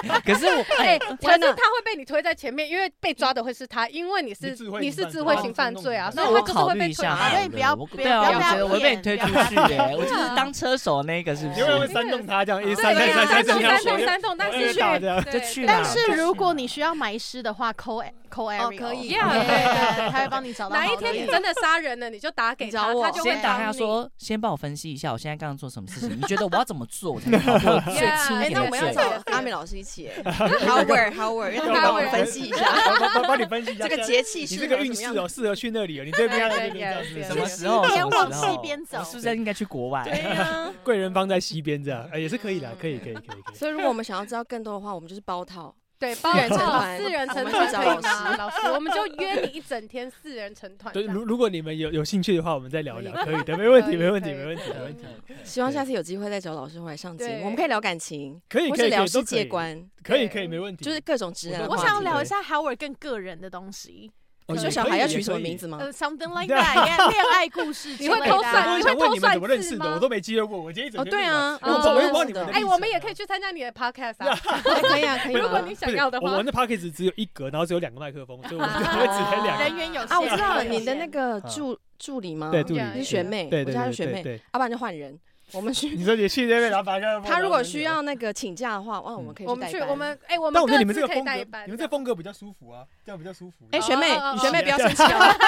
思耶 [LAUGHS] 可是我对，可天是哪他会被你推在前面，因为被抓的会是他，因为你是你智慧你型是智犯罪慧哦型犯罪啊，所那以他我就是考会虑被一推下啊好好了了。所以不要我不对要啊，不我要觉得我被骗你推不出要去耶，我就是嗯当车手那个，是 [LAUGHS] 不因为会是？煽动他这样一对煽对煽三煽动煽三煽动煽三动，但往右是打这样就对去啦但是如果你需要埋尸的话，call call Ariel，可以对 Yeah 对对他会帮你找到好哪的一人。天你真的杀人了，你就打给你找他，我他就会先打帮开你。他说，先帮我分析一下，我现在刚刚做什么事情？你觉得我要怎么做，我才能逃过最轻一哎，点那我的们要罪？找阿美老师一起哎，Howard Howard，让他帮我们分析一下帮帮帮帮你分析一下这现在个节气你是这个怎运么势样哦，适合去那里哦，你这边要对那对边这对样什子，么么时候？边什么时往西候边走我是不是应该去国外？对呀。贵人放在西边这样，哎，也是可以嗯的，可以可以可以可 [LAUGHS] 以。所以如果我们想要知道更多的话，我们就是包套。对，包人成括团四人成我们团去找可以老吗师老师，我们就约你一整天四人成团这对，样。如如果你们有有兴趣的话，我们再聊聊，可以的，没可问以题，没问题，可以没问题，可以没问题，希望下次有机会再找老师回来上节目，对我们可以聊感情，可以或可是以可聊以都世可界以，观，可以可以没问题。就是各种直男的我话题。想聊一下 Howard 更个人的东西，哦说也小可孩以要也取什可么以名字吗？呃，something like that，恋恋爱故事之类你的啊。会偷算我你会也想问偷你们算怎么认字识的，吗我都没机会问，我今天一整哦，天对都没有啊，我我我们怎么们怎么会认帮识你们的的？哎，我们也可以去参加你的 podcast 啊，哎可以啊，可以如果吗你？想要的我话们。的 p o c k e t 只有一格，然后只有两个麦克风，所以我们只会只开两人个。员有限 [LAUGHS] 啊，我知道了，人员有 [LAUGHS] 你的那限个啊助助理吗？对，助理你是对学妹，对我对叫她对学妹，对。要不然就 [LAUGHS] 换人。我们去， [LAUGHS] 你说你去那边，然后把他她如果需， [LAUGHS] 要那个请假的话，哇，嗯我们可以我代们去，班我们哎，我但们我觉得你各们这自个可以风带一格，班。你们这风格比较舒服啊，这样比较舒服。哎，学妹哦哦，哦学妹不要一生起气 [LAUGHS] 哦，然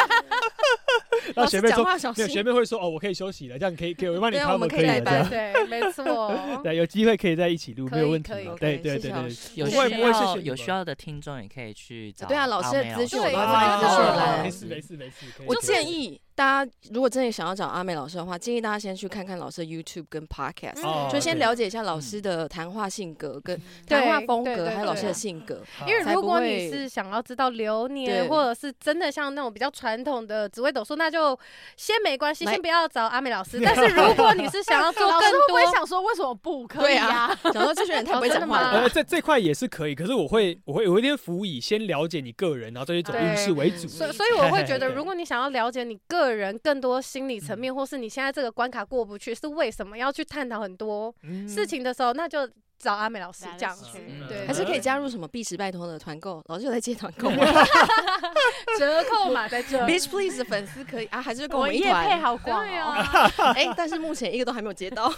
老后学师妹讲说，话小没有学心。妹会说哦，我可以休息了，这样可以可以，我帮你对啊 cover 我们可以以代了，这班样 [LAUGHS] 对，[LAUGHS] 没错。对，有机会可以在一起录，可没以有问题可以。对 OK，对谢对谢老对，师有不需会不会谢要谢你有们需要的听众也可以去找对啊老师的阿美资讯老师我都麻烦会你放了在没事没事没事。可以我可以建议大家，如果真的想要找阿美老师的话，建议大家先去看看老师的 YouTube 跟 Podcast，哦就先对了解一下老师的谈话性格、跟对谈话风对格，对还有老师对的性格。好因为才如不果会你是想要知道流年，对或者是真的像那种比较传统的紫微斗数，那就先没关系，来先不要找阿美老师。但是如果你是想要做老师更会不会多，想说为什么不可对以啊啊？想说这群人太不会哦真讲话的吗了。呃，这这块也是可以，可是我会我会我会先辅以先了解你个人，然后再去走运势为主。所以所以我会觉得，嗯 [LAUGHS] 对嗯如果你想要了解你个人更多心理层面，或是你现在这个关卡过不去，是为什么要去探讨很多嗯事情的时候，那就找阿美老师来了这样解子嗯，对，还 [LAUGHS] 是可以这样加入什么必时拜托的团购，老师有在接团购吗折扣码在 [LAUGHS] 这。 ？Bitch Please 的粉丝可以啊，还 [LAUGHS] 是跟我我们们一业配团？好广对哦。啊，哎，但是目前一个都还没有接到，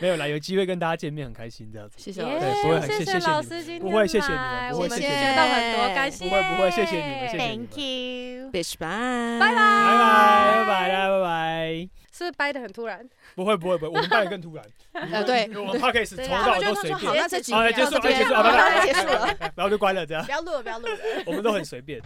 没有啦，有机会跟大家见面很开心这样子。 [LAUGHS] 谢哎谢老师。对不会耶很谢谢谢你老们师今天来我们不会谢谢你们不会谢学谢到很多，感谢，不会不会谢谢你们谢谢 Thank you。 Bitch Bye，拜拜拜拜拜拜啦拜拜，是不是掰的很突然？不会不会不会，我们办的更突然。呃，对，因为我们 p o d c 对 a 啊从头到尾都随好，便，哎那这集好来结束，到这来边结束，啊拜拜， [LAUGHS] 结束了。然后就关了这样，不要录了，不要录了。我们都很随便。